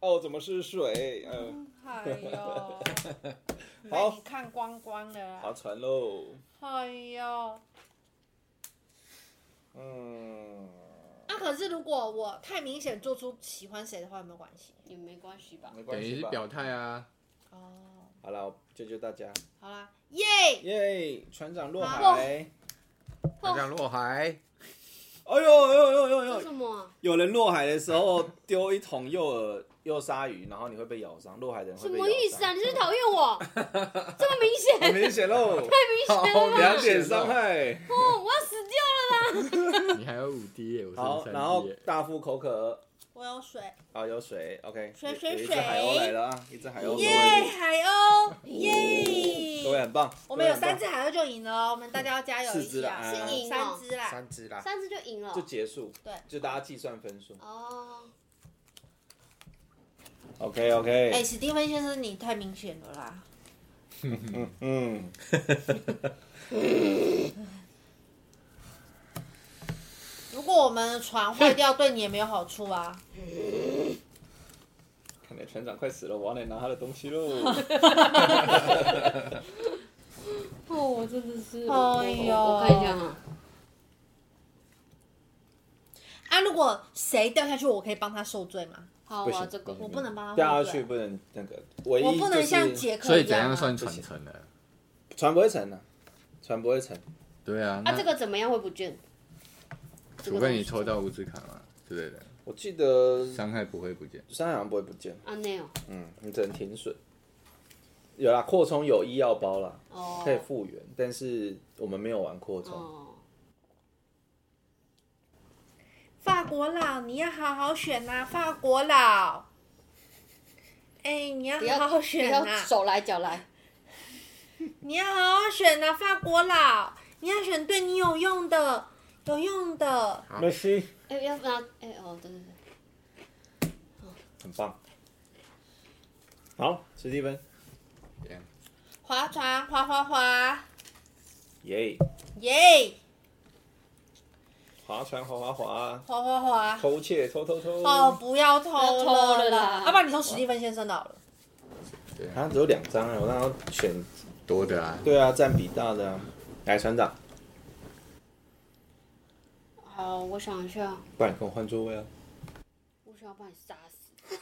哦，怎么是水？嗯，哎呦， 好被你看光光了划啦。船喽。哎呦，嗯，那、啊可是如果我太明显做出喜欢谁的话，有没有关系？也没关系吧。没等关于系是吧。表态啊，哦，好了，我救救大家。好啦，耶、耶，船长落好海。哎哦大家落海，哎呦哎呦哎呦哎呦哎这呦什！么？啊有人落海的时候丢一桶诱饵诱鲨鱼，然后你会被咬伤，落海的人什会被咬么伤。意思啊？你是不是讨厌 我？这么明很显，明显 喽，太明显了吧两？点伤害。哦，我要死掉了啦！你还有五滴耶，我好，是然三滴后耶，大腹口渴，我有水，啊，有水，OK，水有水有一只水海鸥来了啊，一只海鸥，耶、各海鸥，位各位耶、很棒，我们有各位三很只海鸥就赢了哦，我们大家要加油四一只下，啦是赢哦啊三只啦，三只啦，三次就赢了棒，就。结束，对就大家计算分数哦， ，OK 哎、 OK，史蒂芬先生，你太明显了啦！嗯，如果我们的船坏掉，对你也没有好处啊。看来船长快死了，我要来拿他的东西喽，哦，我真的是，哎呦我看一下啊，啊，如果谁掉下去，我可以帮他受罪吗？好，我不要行这个，啊我不能帮他掉受下罪去啊，不能那个，唯我一不就能是像杰克所以一怎样样啊。算传承呢？船不会沉的，船不会沉，对啊，啊，这那个怎么样会不见？除非你抽到五指卡嘛之类的，我记得伤害不会不见，山好像不会不见，啊，那样嗯，你只能停损，有啦，扩充有医药包啦。哦，可以复原，但是我们没有玩扩充。哦，法国佬，你要好好选呐、法国佬。哎、你要不要好好选不呐、要手来脚来，你要好好选呐、法国佬，你要选对你有用的，有用的。梅西哎，要不然，哎哦，对对对，很棒。好，史蒂芬，这样划船，划划划，耶！耶！划船，划划划，划划划。偷窃，偷偷偷。哦，不要偷不要偷了啦要不然你从史蒂芬先生好了。对啊，啊，只有两张啊，我让他选。多的啊，对啊，占比大的啊。来，船长，好，我想一下，不然你跟我换座位啊。我想要把你杀死，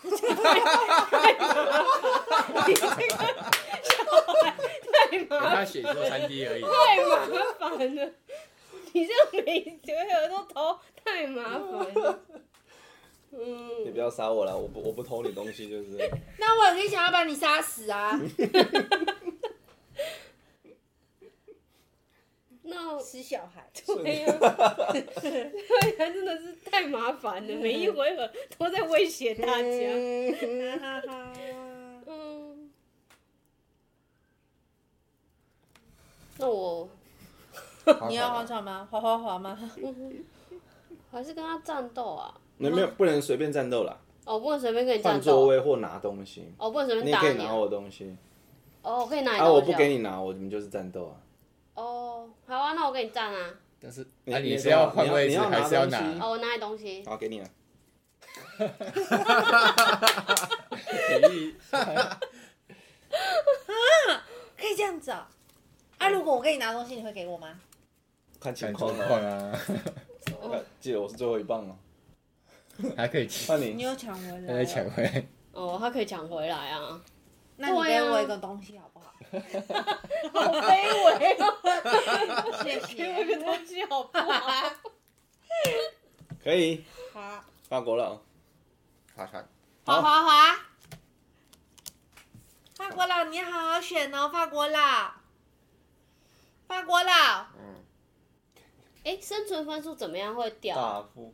他血就三滴而已，太麻烦了，你这样每回合都投，太麻烦了，你嗯，啊不要杀我了，我不，我不偷你东西 就是。那我也可以想要把你杀死 啊！ 那死小孩，对呀，对呀，真的是太麻烦了，每一回合都在威胁大家。嗯哈哈哈嗯，那我 你要啊划船吗？划划划吗？还是跟他战斗啊！那没有不能随便战斗啦，哦，不能随便跟你战换座斗。位或拿东西，哦，不能随你便也打可以你拿啊。我东西，哦，我可以拿你啊，我东西不哦给。你拿，我们就是战斗啊。哦，好啊，那我跟你战啊！但是你哎，你你是干嘛要换位你置要你要拿还是要东西拿？哦，我拿你东西。好，给你了。啊 可以这样子哦。啊，如果我给你拿东西，你会给我吗？看情看况情哦。况啊，呃记得我是最后一棒哦，还可以那抢，你你又抢回还来在了，抢回。 哦，他可以抢回来啊！那你对给啊我一个东西好不好？好卑微哦，谢给我一个谢。东西好 不好？可以好，法国了哦。划船，滑好滑滑。法国佬，你要好好选哦，法国佬。法国佬，嗯，哎，生存分数怎么样会掉啊？大夫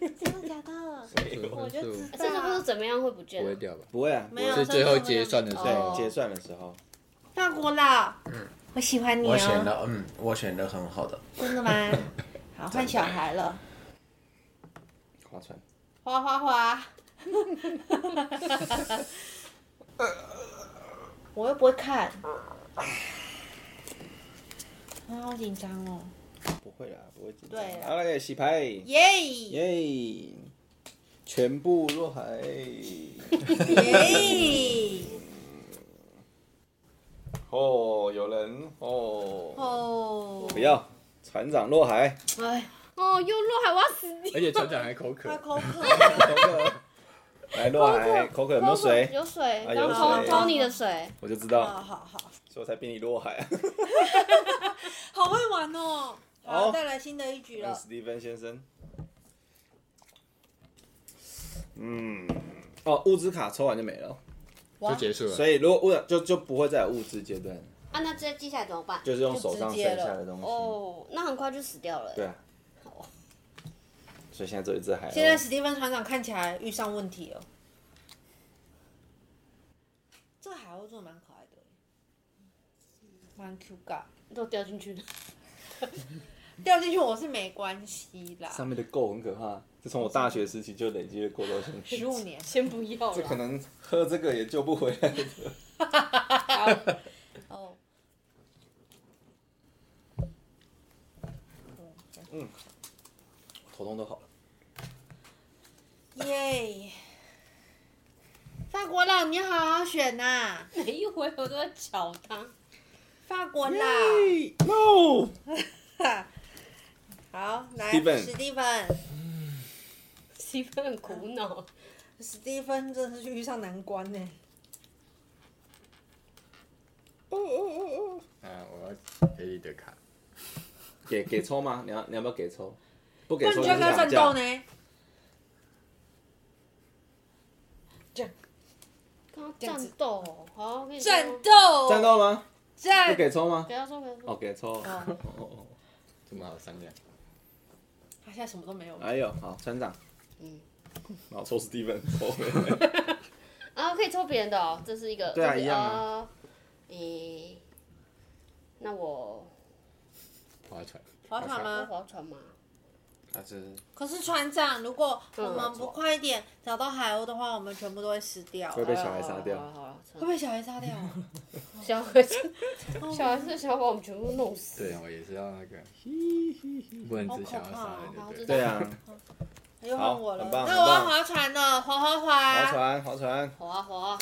真的假的？我就知道生存分数怎么样会不见不会啊？掉吧？不会啊，没有是最后结算的时哦候，对结算的时候，法国佬，我喜欢你嗯我选哦。的，嗯，我选的很好的，真的 吗？好，换小孩了。划船。滑滑滑！ 我又不会看，啊，好紧张哦！不会啦，不会紧张。对啦好，来给洗牌，耶！耶全部落海。耶！哦，有人哦，哦，不要，船长落海。哎，哦，又落海，我要死定而且船长还口渴他，口渴了，来落海，口渴有没有水？有水，啊刚有偷水偷你的水。我就知好道，好好，所以我才逼你落海啊。好会玩哦！好，好再来新的一局了史。蒂芬先生。嗯，哦，物资卡抽完就没了，就结束了。所以如果物就就不会再有物资阶段，啊，那这接下来怎么办？就是用手上就直剩接了下的东西。哦，那很快就死掉了。对啊。所以现在只有一只海鸥。现在史蒂芬船长看起来遇上问题了。哦这个海鸥真的蛮可爱的，蛮 Q 感。都掉进去了。掉进去我是没关系啦，上面的垢很可怕，是从我大学时期就累积的垢到现 在，十五年先不要这可了。能喝这个也救不回来的。哦。嗯头痛都好了，耶！法国佬，你好好选呐、每一回我都在找他。法国佬。 No，好，来， Steven 史蒂芬，媳妇很苦恼，史蒂芬真的是遇上难关呢。啊，我要给你的卡，给给抽吗？你要你要不要给抽？不给那抽你就跟他砍战价斗。呢？跟他战斗哦，好，跟你说战，斗，战，斗吗？不战给抽吗不？要说，不要说。哦，给抽。哦哦这么好商量。他现在什么都没有。哎呦，好，船长。 嗯然后抽史 蒂芬，抽回来啊，可以抽别人的哦，这是一个。对啊这是一样啊啊。诶，那我划船，划船我吗？划船嘛，他是可是船长，如果我嗯们不快一点找到海鸥的话，我们全部都会死掉。会被会小孩杀哎好了啊掉。好了好了好了被小孩 杀掉？啊小孩子，小孩子想把我们全部弄死。对我也是要那个，不能只想要杀好人，可怕哦对不对？对啊，又换我了，好很棒那我要很棒划船了，划划划划，船，划船。划划，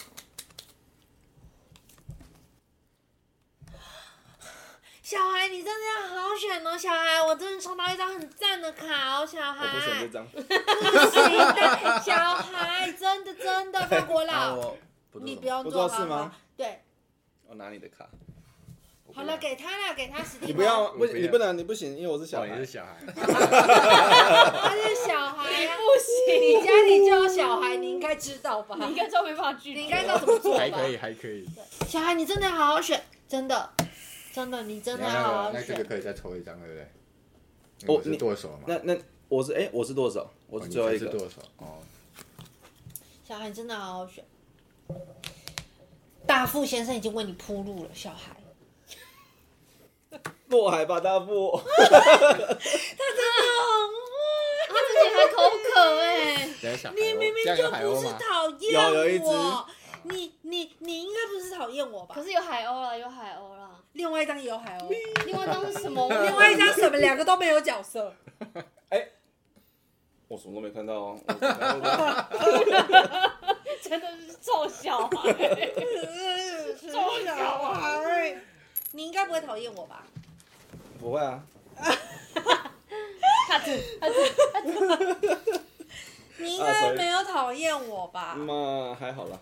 小孩，你真的要好好选哦，小孩，我真的抽到一张很赞的卡哦，小我孩。不选这张， 不行的，小孩，真的真的，法国 啊，佬，我不你不要，用不做做事吗？对，我拿你的卡。我不好要了，给他了，给他史蒂芬。你不要，不我不行，要你不能，你不行，因为我是小哦，孩你是。小孩，他是小孩啊，不行，你家里就有小孩，你应该知道吧？你应该知道没办法拒绝。你应该知道怎么做还吧可？以，还可以。小孩，你真的要好好选，真的，真的，你真的然要好后好那这个选。可以再抽一张，对不对？哦我是剁手嘛，那那我是哎，我是多少？我哦是你最后一是个。剁手哦，小孩，你真的要好好选。大富先生已经为你铺路了，小孩。过海吧，大富。他自己还口渴哎、等一下，你明明这样就有海不鸥是吗？讨有有一厌只我，你你你应该不是讨厌我吧可？是有海鸥了，有海鸥了。另外一张也有海鸥，另外一张是什么？另外一张什么两个都没有角色，我什么都没看到哦。 我只看到真的是臭小孩。臭小啊孩，你应该不会讨厌我吧？不会啊，他只他只你应啊该，sorry 没有讨厌我啊吧？那还好啦。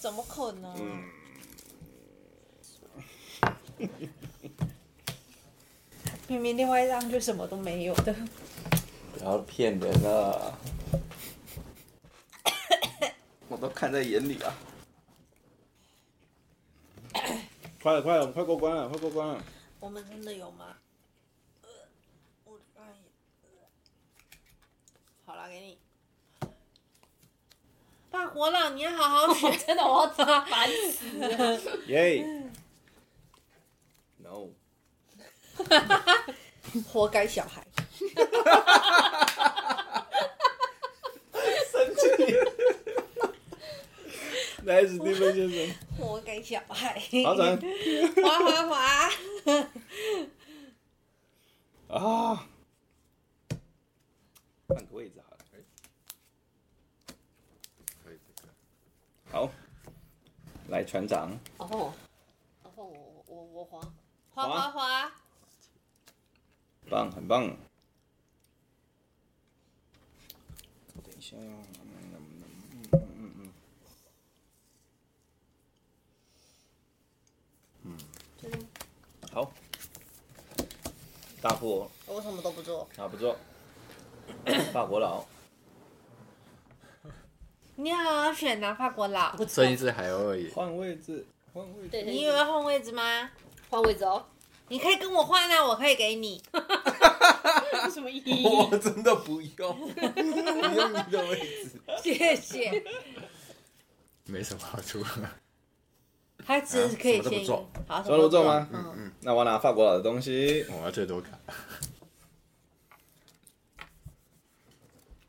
怎么可能？明明另外一张就什么都没有的，不要骗人啊了， 我都看在眼里啊！ 快了，快了，我们快过关了，快过关了！我们真的有吗？呃，我看一眼，呃好了，给你。爸，活了，你要好好学。真的 我要烦死了。耶、No， 活该小孩。生气！来，史蒂芬先生，活该小孩。好转滑滑滑，啊！换个位置好了，可以这个好，来船长，然后然后哦我我我滑，滑滑滑，棒，很棒。等一下呀、就是好，大富我什么都不做。啊，不错，法国佬，你要好好选啊，法国佬。声音是海鸥而已。换位置，换位置，对，你以为要换位置吗？换位置哦？你可以跟我换啊，我可以给你。有什么意义？ 我真的不用，不用你的位置， 谢谢。没什么好处。他只是可以啊什么都不先做哎好，什收么入都中做吗？嗯嗯，那我拿法国佬的东西，我要最多卡。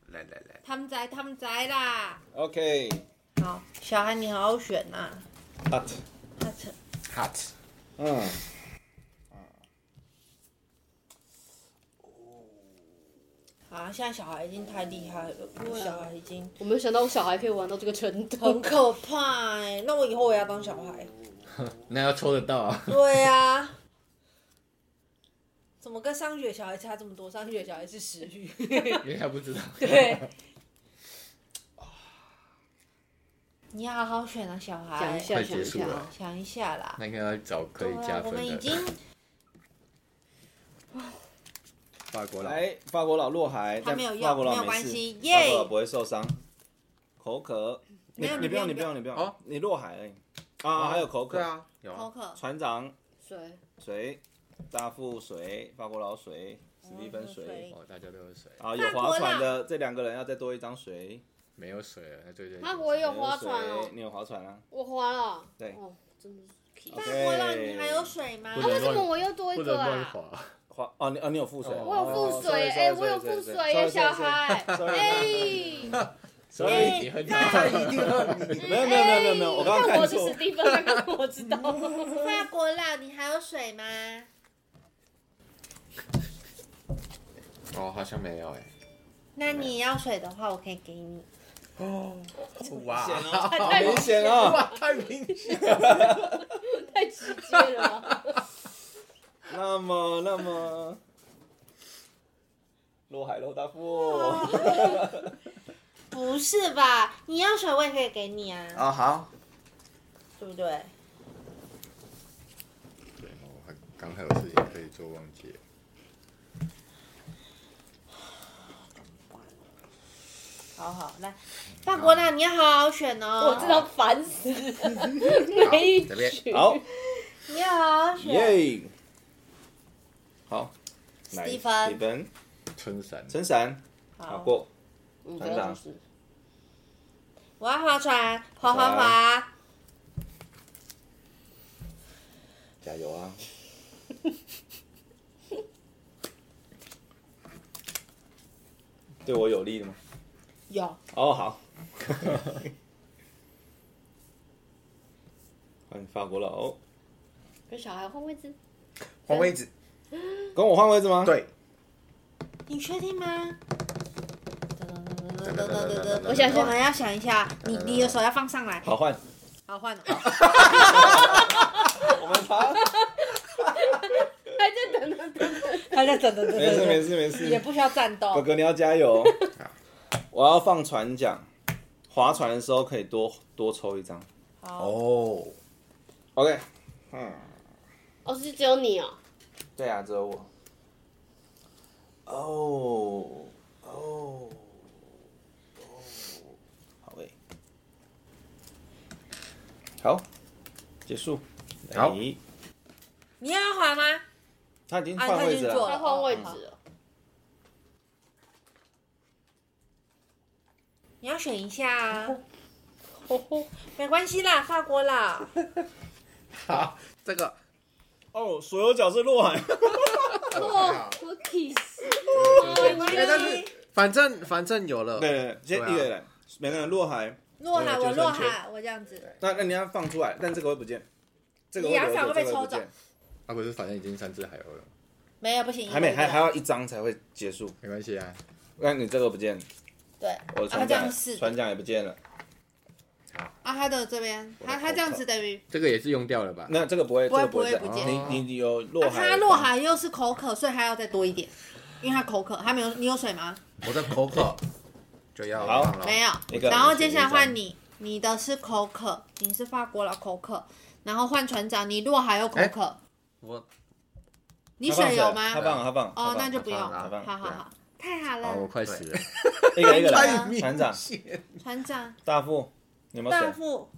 来来来，他们宅，他们宅啦。 OK，好，小孩你好好选呐、啊。 hot，他成 hot 嗯，啊，现在小孩已经太厉害了，小孩已经我没有想到我小孩可以玩到这个程很 度。可怕哎、那我以后我也要当小孩。那要抽得到啊！对呀、啊。 怎么跟上学小孩差这么多？上学小孩是食欲。你还不知道。对。你要好好选啊，小孩。讲一下，快讲结一束下了啊。想一下啦。那应该要找可以对加啊，我分们已的经法国佬。来，法国佬落海，他没有但用法国佬没有没关事系法耶国佬不会受伤，口渴，没你有你不用，你你不不用用，你不哦用，你落海而已，啊，还有口对渴，啊，有口啊。渴，船长水，水，大副水，法国佬水，史蒂芬水。哦，大家都有水，啊，有划船的这两个人要再多一张水。没有水了，那最最。那我有划水船哦，你有划船啊？我划了。对哦，真的是。大 OK 波浪，你还有水吗不？那能为什乱么我又多一不个能乱啊？滑。划哦，你哦，你有付水，我我有哦腹水，哎，我有腹水耶，小。孩， sorry，sorry，sorry，sorry，sorry，sorry，sorry，sorry，sorry，哎，所以你很他一定恨 你。没有没有没有没有没有，我刚刚看我是错史。蒂芬，刚刚我知道。法国佬，你还有水吗？哦，好像没有哎。那你要水的话，我可以给你。 哇显哦好明显啊！太明显。太直接了吧，那么那么，落海喽，大富。不是吧？你要水我也可以给你啊，啊好，对不对？ 对，我还刚才有事情可以做，忘记了。好好，来，法国佬，你要好好选哦。我知道，烦死了，没一这边句。 好，你要好好选。耶！好，来蒂芬蒂芬，春伞。撑伞，好过。嗯船长这样子我要划船，划划划。加油啊！对我有利的吗？有哦，好。 换法国佬，跟小孩换位置，换位置，跟我换位置吗？对，你确定吗？我想我想们要想一下，你你的手要放上来，好换。好换了。我们他还在等等等等，他在等等 等没事没等，事没也事，不需要战哥斗。哥你要加油。哦我要放船桨，划船的时候可以多多抽一张。好，哦， OK，嗯，哦，是只有你哦，对啊，只有我。哦哦哦，好诶，好，结束。好哎你也要还吗？他已经啊换他已位经置做了了。他换位置了，你要选一下 啊，吼吼没关系啦，法国 佬。好，这个哦，所有角色落海。哦，我 kiss，对没哎关但是系，反正反正有 了，对对对，先对啊一个人，每个人落海。落海，我我有救落生圈海，我这样子。那那你要放出来，但这个会不见，这个你会阳留伞着，会被这个会抽不见走。啊，不是，反正已经三只海鸥了，没有，不行，还没，一个还还要一张才会结束。没关系啊。那你这个不见，对。我的啊，船他这桨样是船桨也不见了，啊，他的这边，我的他他这样子等于这个也是用掉了吧？那这个不会，这不个会会不会不不见你你你有啊落海，他落。海又是口渴，所以还要再多一点，因为他口渴，他没有，你有水吗？我的口渴就要好忘了没有一个。然后接下来换你，你的是口渴，你是法国佬口渴，然后换船长，你落海又口渴，我你水有吗哎他？放了，他放了。哦他放了，那就不用，他放好好了对啊好，太好啊，我了，快死了。一个一 个太来。明船长、船长，大副，你有没有大水？副，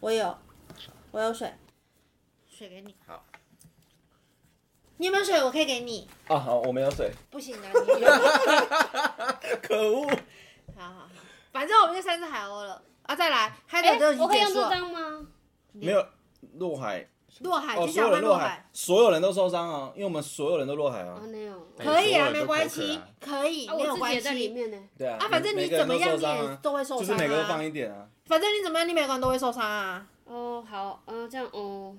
我有，我有水，水给你。好，你有没有水？我可以给你。啊，好，我没有 水。不行啊，你 有。可恶！好好好，反正我们就三只海鸥了啊！再来，海哎岛就已经我可以结用束这了。张吗？没有落海，落海哦，就所想有换人落海海，，所有人都受伤啊，因为我们所有人都落海啊哦，。没有，哎可以啊，所有人都没关口渴系啊，可以，啊，没有我自己关也在里系。面呢，对啊啊，反正每你个人怎么都样受你伤也啊，都会受就伤是每个人放啊，一点啊。反正你怎么样你每个人都会受伤啊。哦，好，嗯，这样，哦，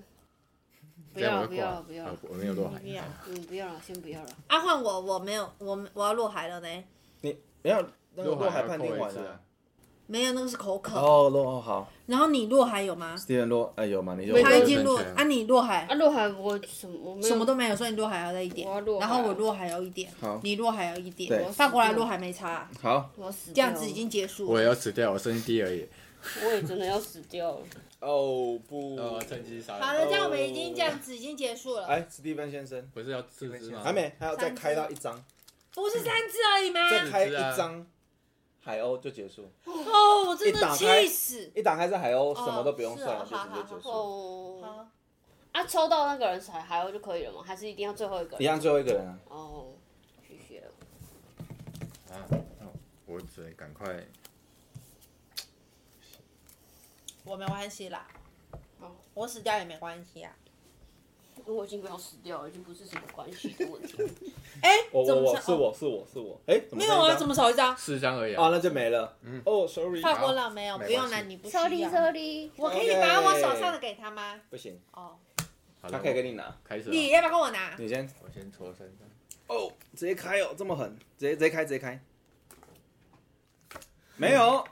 不这样要我了，就不挂要了，了不要啊了，我没有落海不。要嗯，不要了，先不要了，啊，换我，我没有，我我要落海了呢。你没有那个落落海海要判定扣一完次了 啊。没有，那个是口渴。哦，落好，然后你落海有吗？敌人落哎有吗？你就没他有已经落没有啊，你落海啊，落海我什么我没有什么都没有，所以你落海要再一点我要落。海啊然后我落海要一点好，你落海要一对点。法国来落海没差啊，好我要死这掉了，样子已经结束了。我也要死掉，我剩一滴而已。我也真的要死掉 了，哦不，呃，趁机杀。好了，这样我们已经这样子已经结束了，哎，史蒂芬先生不是要四只吗？还没，还要再开到一张，不是三只啊而已吗？再开一张海鸥就结束。哦，我真一打的开气死！一打开是海鸥，哦什么都不用是算，哦就直接结束。哦，好，啊，抽到那个人才海鸥就可以了吗？还是一定要最后一个一人？样最后一个人啊，哦，谢谢。啊，那我只能赶快。我没关系啦好，我死掉也没关系啊。我已经不要死掉了，已经不是什么关系的问题。哎，我怎我么我少是我是我是我，哎，怎么没有啊？剩一张怎么少一张？四张而已、啊啊。那就没了。哦，sorry，法国佬没有，没不关用系了，你不需抽离要。抽离，我可以把我手上的给他吗？不行，哦，好他了，可以给你拿，开始了。你要不要跟我拿？啊你先我先抽三张。哦，直接开哦，这么狠，直接直接开直接开，没有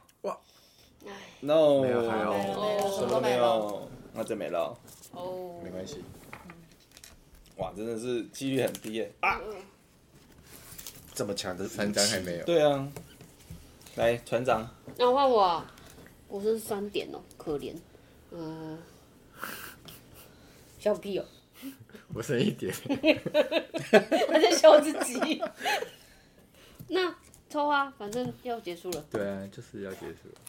唉， ，no，哦没有海没了没了，鸥哦什什么么都都没没了。有，那就没了。哦，没关系。哇，真的是几率很低耶！啊，嗯这么强的三张还没有。对啊，来船长，那换我啊，我是三点哦，可怜。嗯，笑屁哦， 我剩一点。我在笑自己。那抽啊，反正要结束了。对啊，就是要结束了。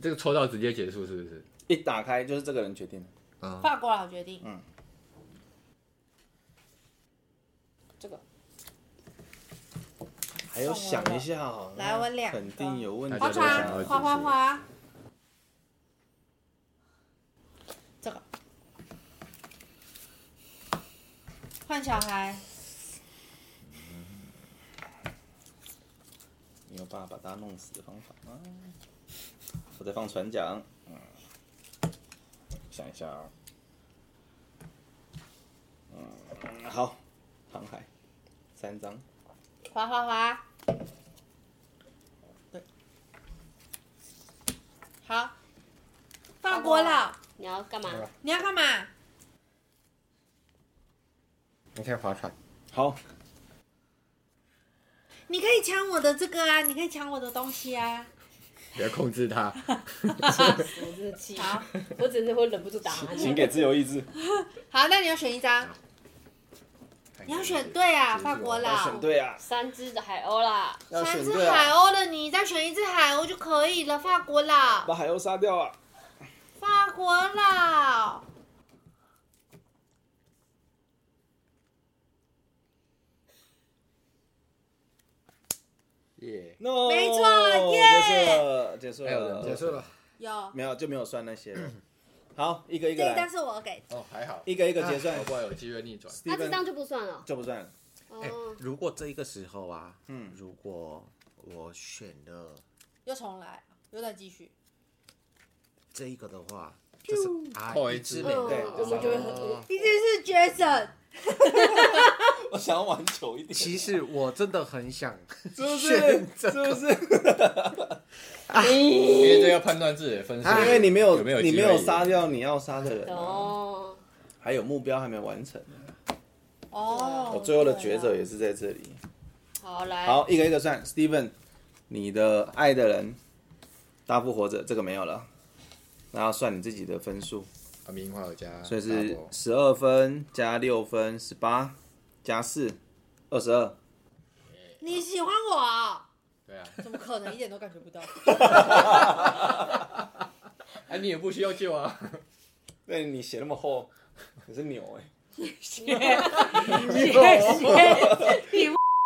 这个抽到直接结束是不是？一打开就是这个人决定的。啊、法国佬决定。这个还要想一下哦，来我两个肯定有问题。大划家都想船要结，束划划划。这个，换小孩，你有办法把它弄死的方法吗？我在放船桨，嗯，想一下啊、嗯，好，航海三张，滑滑滑。对，好，法国佬，你要干嘛？你要干嘛？你可以划船，好，你可以抢我的这个啊，你可以抢我的东西啊。不要控制它。我真的气，好，我真的会忍不住打请你。给自由意 志，好，那你要选一张，你要选对啊，法要国佬选。对啊，三只的海鸥啦，要三选只对海啊，鸥的你再选一只海鸥就可以了，法国佬，把海鸥杀掉啊，法国佬。耶， no，没错耶结束了，啊结束还有了，人结束，了。有，没有就没有算那些 了，好，一个一个对，但来，是我给哦，还好，一个一个结算啊好不好有机会 逆转。啊那这 Steven 张就不算了。就不算了，哦哎、如果这一个时候啊，嗯如果我选了又重来，又再继续。这一个的话，就是啊，后一一只只没嗯对我们就会很一只是 Jason，我想要玩久一点，其实我真的很想是不是选？是择不是？因为这要判断自己的分数，啊因为你没有有没有你机没会有赢杀掉你要杀的人啊、哦，还有目标还没完成，哦，我最后的抉择也是在这里。好来，好，一个一个算，Steven，你的爱的人，大富活着这个没有了，那要算你自己的分数，啊，明华有加，所以大是伯十二分加六分，十八加四，二十二。你喜欢我？对啊，怎么可能？一点都感觉不 到。哦哎，你也不需要救啊，对你写那么厚，你是牛哎、谢 谢，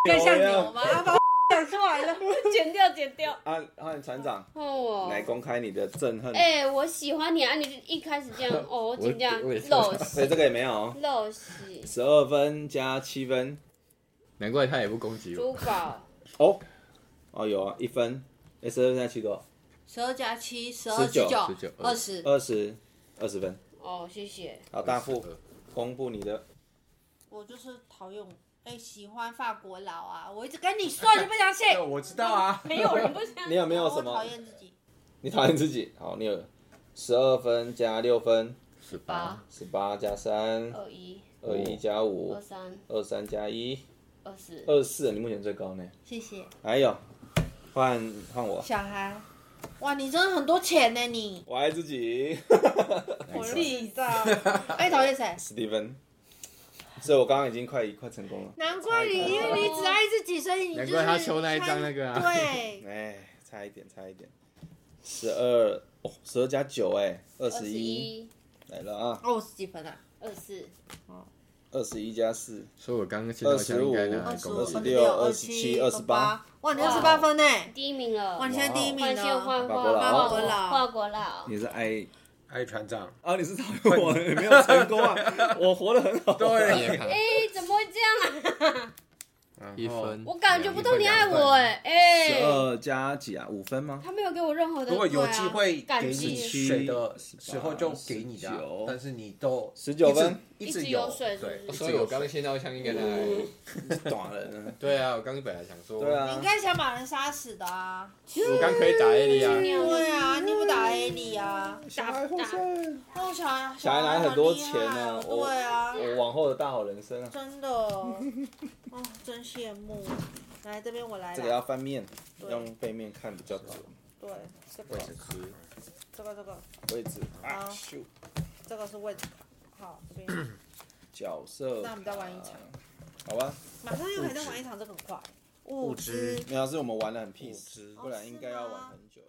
更像牛吗？把讲出来了。剪掉剪掉。啊，欢迎船长哦，来公开你的憎恨，哎、我喜欢你啊！你就一开始这样，哦，我怎这样我也是陋所以习，这个也没有，哦陋习，十二分加七分，难怪他也不攻击我。珠宝，哦，哦有啊，一分，哎，十二加七多少？十二加七，十二19九19，二十。二十，二十分。哦，谢谢。好，大富公布你的，我就是讨厌，哎、喜欢法国佬啊！我一直跟你说，你不相信。我知道啊，没有人不相你有没有我什么讨？厌自己。你讨厌自己？好，你有十二分加六分，十八八，十八加三，二一二一加五二，三二三加一，二四，二四，啊你目前最高呢。谢谢。还有，换换我，小孩，哇，你真的很多钱呢、你。我爱自己，我知道。哎、讨厌谁？史蒂芬。所以我刚刚已经快快成功了，难怪你，因为你只爱自己，所以你就是难怪他抽那一张那个 啊对，哎，差一点，差一点，十二哦，十二加九哎，二二十十一一来了啊，哦，我是几分啊？二四，二十一加四，所以我刚刚其实好像应该拿二来十攻五、二击十你，六、 26七、 27 28八。哇，你二十八分呢、第一名了哇，。你现在第一名换线了。换法换国佬换法国佬法国佬，你是爱哎，船长，啊，你是讨厌我，你没有成功 啊，我活得很好。对，啊哎，怎么会这样啊？一分，我感觉不到你爱我，哎哎十，二加几啊？五分吗？他没有给我任何的如果有机会对啊给你17水的时候就给你的啊19，但是你都19分一一直直一直有有水，对是不，是哦所以我刚刚先到枪应该拿嗯来。 短人 啊。对啊，我刚本来想说，对你啊应，该想把人杀死的啊！我刚可以打 A 的啊，对啊，你不打 A 你啊？小孩获胜，那我小孩小孩拿很多钱啊好厉害哦对啊，我往后的大好人生啊。真的，哦，真羡慕。来这边我来这个要了，翻面，对用背面看比较准。对，这个这个这个位置啊，好咻，这个是位置卡，好这边角色。那我们再玩一场，好吧？马上又可以再玩一场，这个很快。物物资哦没有，是我们玩的很 peace，是不然应该要玩很久。